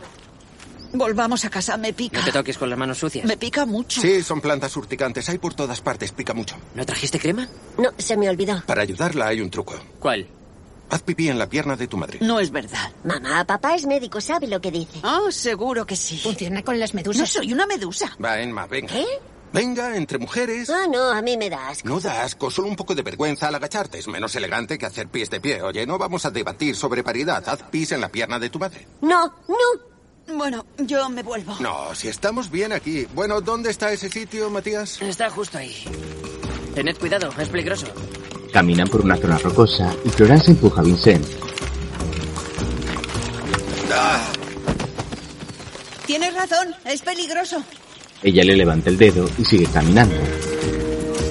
S3: Volvamos a casa, me pica.
S12: No te toques con las manos sucias.
S3: Me pica mucho.
S2: Sí, son plantas urticantes. Hay por todas partes. Pica mucho.
S12: ¿No trajiste crema?
S15: No, se me olvidó.
S2: Para ayudarla hay un truco.
S12: ¿Cuál?
S2: Haz pipí en la pierna de tu madre.
S3: No es verdad.
S15: Mamá, papá es médico, sabe lo que dice.
S3: Ah, seguro que sí.
S28: Funciona con las medusas.
S3: No soy una medusa.
S2: Va, Enma, venga.
S15: ¿Qué?
S12: ¿Eh?
S2: Venga, entre mujeres.
S15: Ah, no, a mí me da asco.
S2: No da asco, solo un poco de vergüenza al agacharte. Es menos elegante que hacer pies de pie. Oye, no vamos a debatir sobre paridad. Haz pis en la pierna de tu madre.
S15: No, no.
S3: Bueno, yo me vuelvo.
S2: No, si estamos bien aquí. Bueno, ¿dónde está ese sitio, Matías?
S12: Está justo ahí. Tened cuidado, es peligroso.
S1: Caminan por una zona rocosa y Florence se empuja a Vincent.
S3: Tienes razón, es peligroso.
S1: Ella le levanta el dedo y sigue caminando.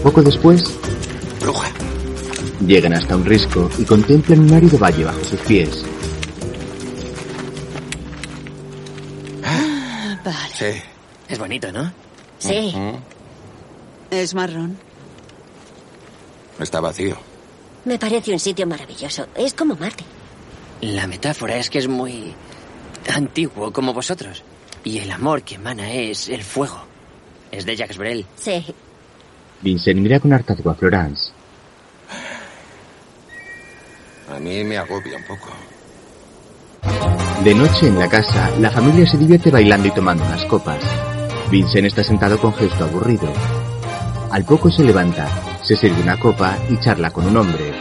S1: Poco después,
S2: Bruja.
S1: llegan hasta un risco y contemplan un árido valle bajo sus pies.
S12: Ah.
S3: Vale.
S2: Sí. Mm,
S12: Es bonito, ¿no? Eh,
S15: Sí.
S3: Es marrón.
S2: Está vacío.
S15: Me parece un sitio maravilloso. Es como Marte.
S12: La metáfora es que es muy antiguo, como vosotros. Y el amor que emana es el fuego. Es de Jacques Brel.
S15: Sí.
S1: Vincent mira con hartazgo a Florence.
S2: A mí me agobia un poco.
S1: De noche en la casa, la familia se divierte bailando y tomando unas copas. Vincent está sentado con gesto aburrido. Al poco se levanta, se sirve una copa y charla con un hombre.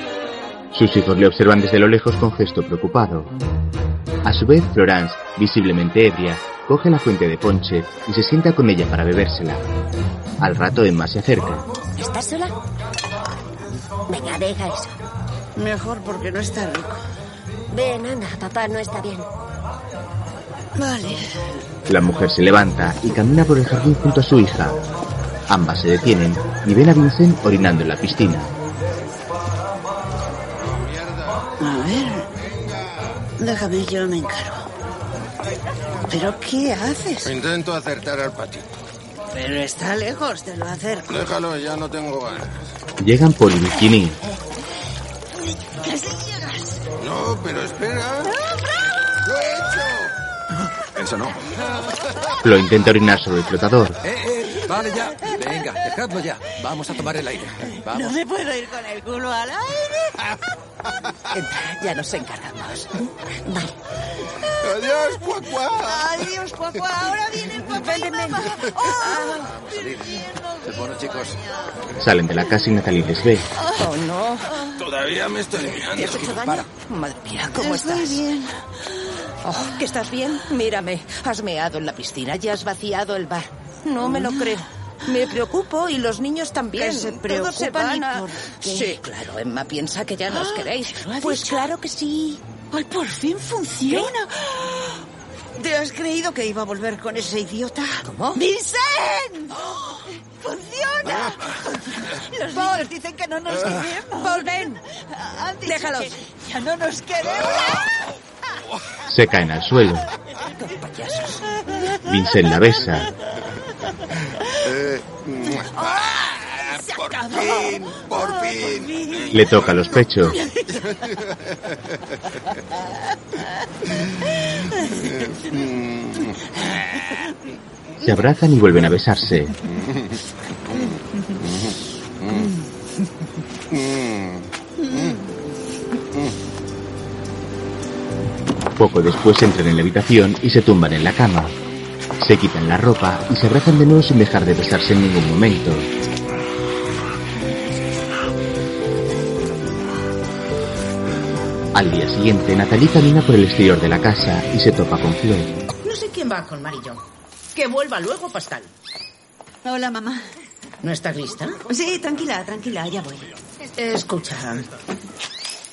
S1: Sus hijos le observan desde lo lejos con gesto preocupado. A su vez, Florence, visiblemente ebria, coge la fuente de ponche y se sienta con ella para bebérsela. Al rato Emma se acerca.
S29: ¿Estás sola? Venga, deja eso.
S30: Mejor porque no está rico.
S29: Ven, anda, papá no está bien.
S30: Vale.
S1: La mujer se levanta y camina por el jardín junto a su hija. Ambas se detienen y ven a Vincent orinando en la piscina.
S30: A ver. Déjame, yo me encargo. ¿Pero qué haces?
S2: Intento acertar al patio.
S30: Pero está lejos, te lo acerco.
S2: Déjalo, ya no tengo ganas.
S1: Llegan Paul y Bikini.
S30: Casi llegas.
S2: No, pero espera. ¡Lo he hecho!
S1: Eso no. Lo intenta orinar sobre el flotador.
S27: Eh, eh, vale ya. Venga, dejadlo ya. Vamos a tomar el aire.
S30: No
S27: Vamos.
S30: me puedo ir con el culo al aire. Entra, ya nos encargamos. Vale.
S2: Adiós, cuacuá.
S30: Adiós, cuacuá. Ahora viene el papel de mamá.
S27: A salir. Bueno, chicos.
S1: Salen de la casa y Natalie les ve.
S30: Oh, no.
S2: Todavía me estoy mirando.
S30: ¿Te has hecho daño? Madre mía, ¿cómo
S14: Estoy
S30: estás? bien. Oh, ¿Que estás bien? Mírame. Has meado en la piscina y has vaciado el bar. No me lo creo. Me preocupo y los niños también.
S14: Que se
S30: Todos se
S14: preocupan
S30: van
S14: y
S30: a...
S14: por qué.
S30: Sí, claro. Emma piensa que ya nos
S14: Ah,
S30: queréis.
S14: ¿lo ha
S30: Pues
S14: dicho?
S30: claro que sí.
S14: Ay, por fin funciona. ¿Te has creído que iba a volver con ese idiota?
S3: Oh.
S14: ¿Cómo? ¡Vincent! ¡Funciona! Los niños dicen que no nos queremos. Paul, ven. Déjalos. Ya no nos queremos.
S1: Se caen al suelo. Vincent la besa.
S2: Eh, mua. Ah, por fin, por fin.
S1: Le toca los pechos. Se abrazan y vuelven a besarse. Poco después entran en la habitación y se tumban en la cama. Se quitan la ropa y se abrazan de nuevo sin dejar de besarse en ningún momento. Al día siguiente, Natalie camina por el exterior de la casa y se topa con Flor.
S4: No sé quién va con Marillo. Que vuelva luego, Pascal.
S3: Hola, mamá.
S4: ¿No estás lista?
S3: Sí, tranquila, tranquila, ya voy.
S4: Escucha.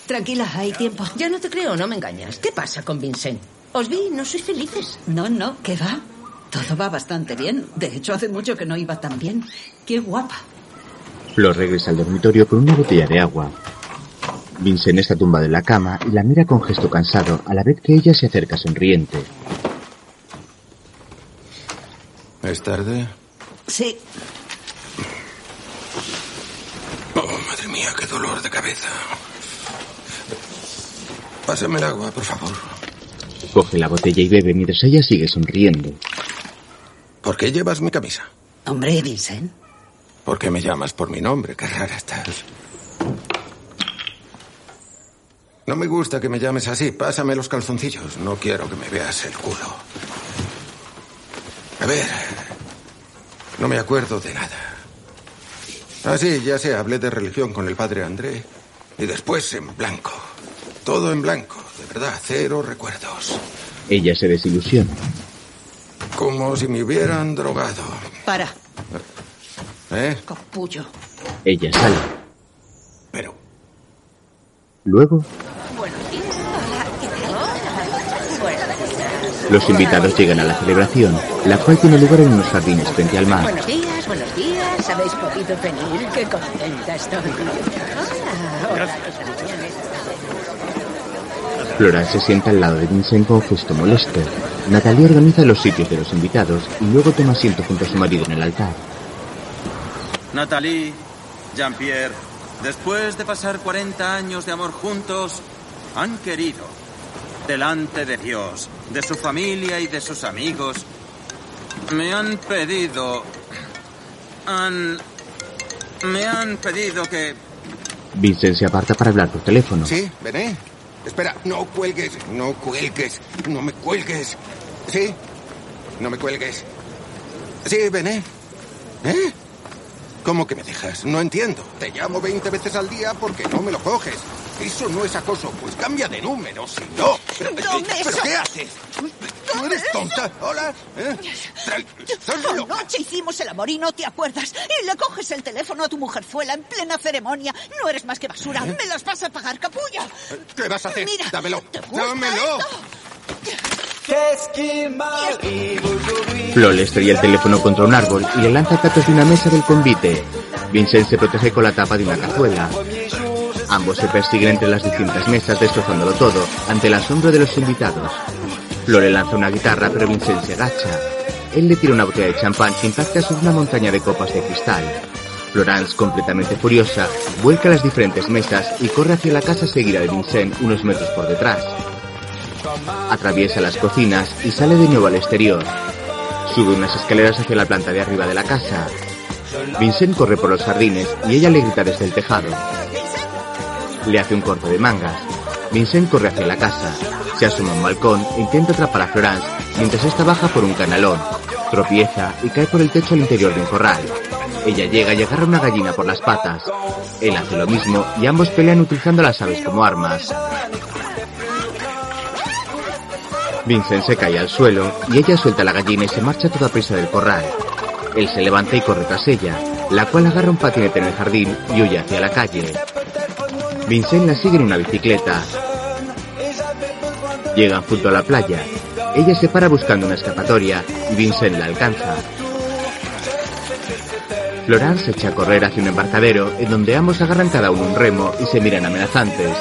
S3: Tranquila, hay tiempo.
S4: Ya no te creo, no me engañas. ¿Qué pasa con Vincent? Os vi, no sois felices.
S3: No, no, ¿qué va? Todo va bastante bien. De hecho, hace mucho que no iba tan bien. Qué guapa.
S1: Flor regresa al dormitorio con una botella de agua. Vincent está tumbado en la cama y la mira con gesto cansado, a la vez que ella se acerca sonriente.
S2: ¿Es tarde?
S3: Sí.
S2: Oh, madre mía, qué dolor de cabeza. Pásame el agua, por favor.
S1: Coge la botella y bebe mientras ella sigue sonriendo.
S2: ¿Por qué llevas mi camisa?
S3: Hombre, Vincent.
S2: ¿Por qué me llamas por mi nombre? Qué rara estás. No me gusta que me llames así. Pásame los calzoncillos. No quiero que me veas el culo. A ver. No me acuerdo de nada. Ah, sí, ya sé. Hablé de religión con el padre André. Y después en blanco. Todo en blanco. De verdad, cero recuerdos.
S1: Ella se desilusiona.
S2: Como si me hubieran drogado.
S3: Para,
S2: ¿Eh?
S3: capullo.
S1: Ella sale.
S2: Pero-
S1: Luego, los invitados llegan a la celebración, la cual tiene lugar en unos jardines frente al mar.
S4: Buenos días, buenos días. Habéis podido venir. Qué contenta estoy. Hola, hola.
S1: Flora se sienta al lado de Vincent con gesto molesto. Natalia organiza los sitios de los invitados y luego toma asiento junto a su marido en el altar.
S27: Natalie, Jean-Pierre, después de pasar 40 años de amor juntos, han querido, delante de Dios, de su familia y de sus amigos, me han pedido, han, me han pedido que...
S1: Vincent se aparta para hablar por teléfono.
S2: Sí, vené. Espera, no cuelgues, no cuelgues, no me cuelgues. Sí, no me cuelgues. Sí, vené. ¿Eh? ¿Cómo que me dejas? No entiendo. Te llamo 20 veces al día porque no me lo coges. Eso no es acoso, pues cambia de número, si no. ¿Pero, eh,
S14: ¡Dame
S2: pero
S14: eso!
S2: qué haces? ¿Tú eres tonta? ¿Hola? ¿Eh? Tra- ¿Estás
S14: Por
S2: loca?
S14: noche hicimos el amor y no te acuerdas. Y le coges el teléfono a tu mujerzuela en plena ceremonia. No eres más que basura. Me las vas a pagar, capullo.
S2: ¿Qué ¿Eh? vas a hacer?
S14: Mira,
S2: Dámelo.
S14: gusta
S2: Dámelo.
S1: Flor le estrella el teléfono contra un árbol y le lanza platos de una mesa del convite. Vincent se protege con la tapa de una cazuela. Ambos se persiguen entre las distintas mesas destrozándolo todo ante el asombro de los invitados. Flor le lanza una guitarra pero Vincent se agacha. Él le tira una botella de champán que impacta sobre una montaña de copas de cristal. Florence, completamente furiosa, vuelca las diferentes mesas y corre hacia la casa seguida de Vincent unos metros por detrás. Atraviesa las cocinas y sale de nuevo al exterior. Sube unas escaleras hacia la planta de arriba de la casa. Vincent corre por los jardines y ella le grita desde el tejado. Le hace un corte de mangas. Vincent corre hacia la casa. Se asoma a un balcón e intenta atrapar a Florence mientras esta baja por un canalón. Tropieza y cae por el techo al interior de un corral. Ella llega y agarra una gallina por las patas. Él hace lo mismo y ambos pelean utilizando a las aves como armas. Vincent se cae al suelo y ella suelta la gallina y se marcha a toda prisa del corral. Él se levanta y corre tras ella, la cual agarra un patinete en el jardín y huye hacia la calle. Vincent la sigue en una bicicleta. Llegan junto a la playa. Ella se para buscando una escapatoria y Vincent la alcanza. Florence se echa a correr hacia un embarcadero en donde ambos agarran cada uno un remo y se miran amenazantes.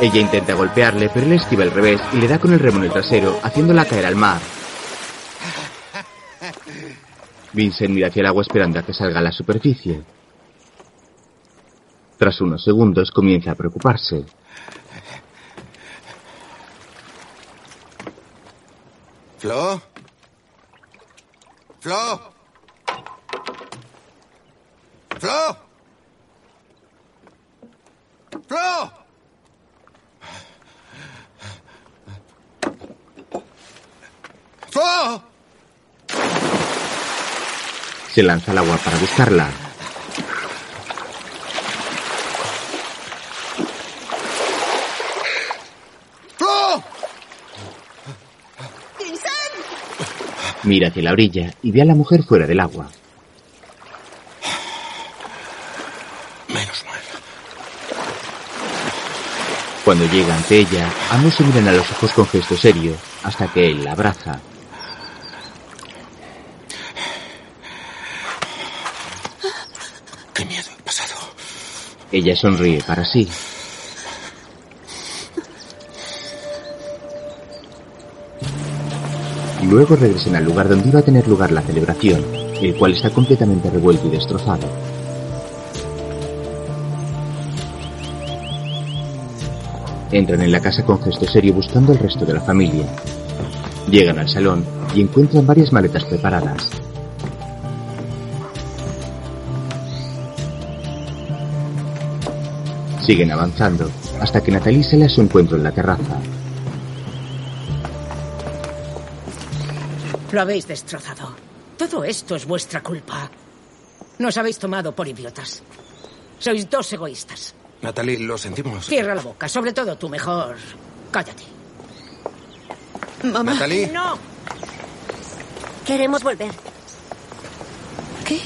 S1: Ella intenta golpearle, pero él esquiva el revés y le da con el remo en el trasero, haciéndola caer al mar. Vincent mira hacia el agua esperando a que salga a la superficie. Tras unos segundos comienza a preocuparse.
S2: ¿Flo? ¿Flo? ¿Flo? ¡Flo! ¡Flo!
S1: Se lanza al agua para buscarla.
S9: ¡Oh!
S2: ¡Flo!
S1: Mira hacia la orilla y ve a la mujer fuera del agua. Cuando llega ante ella, ambos se miran a los ojos con gesto serio, hasta que él la abraza.
S2: ¡Qué miedo he pasado!
S1: Ella sonríe para sí. Luego regresan al lugar donde iba a tener lugar la celebración, el cual está completamente revuelto y destrozado. Entran en la casa con gesto serio buscando al resto de la familia. Llegan al salón y encuentran varias maletas preparadas. Siguen avanzando hasta que Natalie sale a su encuentro en la terraza.
S4: Lo habéis destrozado. Todo esto es vuestra culpa. Nos habéis tomado por idiotas. Sois dos egoístas.
S2: Natalie, lo sentimos.
S4: Cierra la boca, sobre todo tú mejor. Cállate.
S2: Mamá. Natalie.
S4: No.
S29: Queremos volver.
S14: ¿Qué?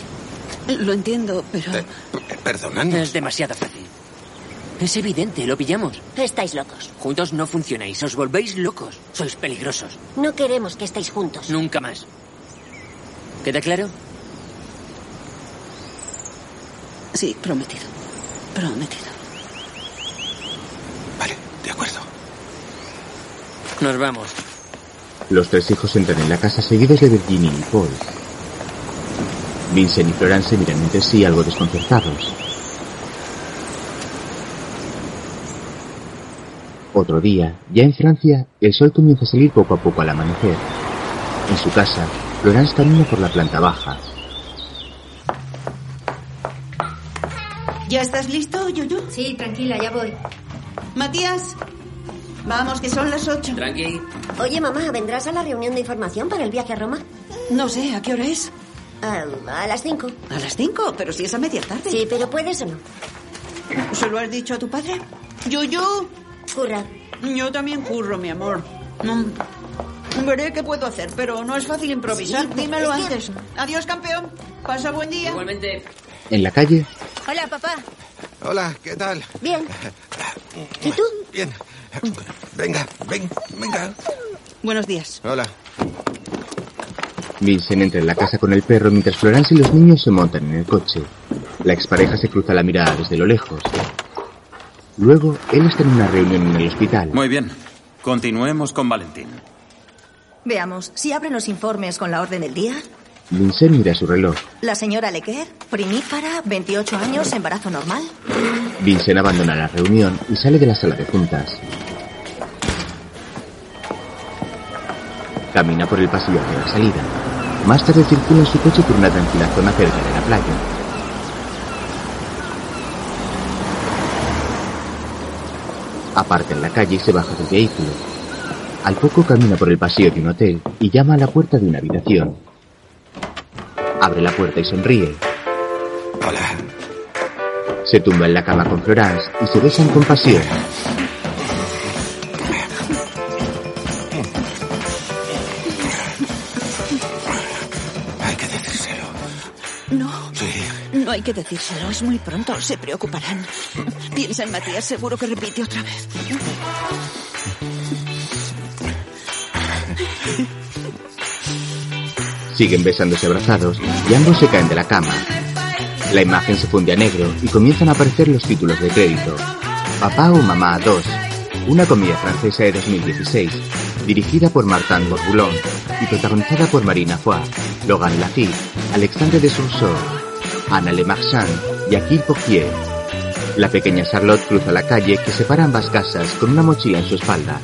S14: Lo entiendo, pero...
S12: Eh,
S2: Perdonadnos.
S12: Es demasiado fácil. Es evidente, lo pillamos.
S29: Estáis locos.
S12: Juntos no funcionáis, os volvéis locos. Sois peligrosos.
S29: No queremos que estéis juntos.
S12: Nunca más. ¿Queda claro?
S14: Sí, prometido. Prometido.
S2: De acuerdo.
S12: Nos vamos.
S1: Los tres hijos entran en la casa seguidos de Virginia y Paul. Vincent y Florence se miran entre sí algo desconcertados. Otro día, ya en Francia, el sol comienza a salir poco a poco al amanecer. En su casa, Florence camina por la planta baja.
S3: ¿Ya estás listo, Yuyu?
S31: Sí, tranquila, ya voy.
S3: Matías, vamos, que son las ocho.
S12: Tranqui.
S29: Oye, mamá, ¿vendrás a la reunión de información para el viaje a Roma? Ah,
S3: No sé, ¿a qué hora es?
S29: a las cinco.
S3: A las cinco, pero si es a media tarde.
S29: Sí, pero puedes o no.
S3: ¿Se lo has dicho a tu padre? Yo, yo. Curra. Yo también curro, mi amor. Mm. Veré qué puedo hacer, pero no es fácil improvisar.
S32: Sí, pero
S3: Dímelo
S32: es que-
S3: antes. Adiós, campeón. Pasa buen día. Igualmente.
S1: En la calle,
S3: Hola, papá.
S2: Hola, ¿qué tal?
S3: Bien.
S2: ¿Y tú? Bien. Venga, ven, venga.
S3: Buenos días.
S2: Hola.
S1: Vincent entra en la casa con el perro mientras Florence y los niños se montan en el coche. La expareja se cruza la mirada desde lo lejos. Luego, él está en una reunión en el hospital.
S27: Muy bien. Continuemos con Valentín.
S33: Veamos, si abren los informes con la orden del día,
S1: Vincent mira su reloj.
S33: la señora Lequer, primífara, 28 años, embarazo normal.
S1: Vincent abandona la reunión y sale de la sala de juntas. Camina por el pasillo hacia la salida. Más tarde circula su coche por una tranquila zona cerca de la playa. Aparta en la calle y se baja del vehículo. Al poco camina por el pasillo de un hotel y llama a la puerta de una habitación. Abre la puerta y sonríe.
S2: Hola.
S1: Se tumba en la cama con Florence y se besan con pasión.
S2: Hay que decírselo.
S14: No,
S2: Sí.
S14: no hay que decírselo. Es muy pronto. Se preocuparán. Piensa en Matías. Seguro que repite otra vez.
S1: Siguen besándose abrazados y ambos se caen de la cama. La imagen se funde a negro y comienzan a aparecer los títulos de crédito. Papá o Mamá 2. Una comedia francesa de 2016, dirigida por Martin Bourboulon y protagonizada por Marina Foy, Logan Lafitte, Alexandre de Soussor, Anna Le Marchand y Akil Poquier. La pequeña Charlotte cruza la calle que separa ambas casas con una mochila en su espalda.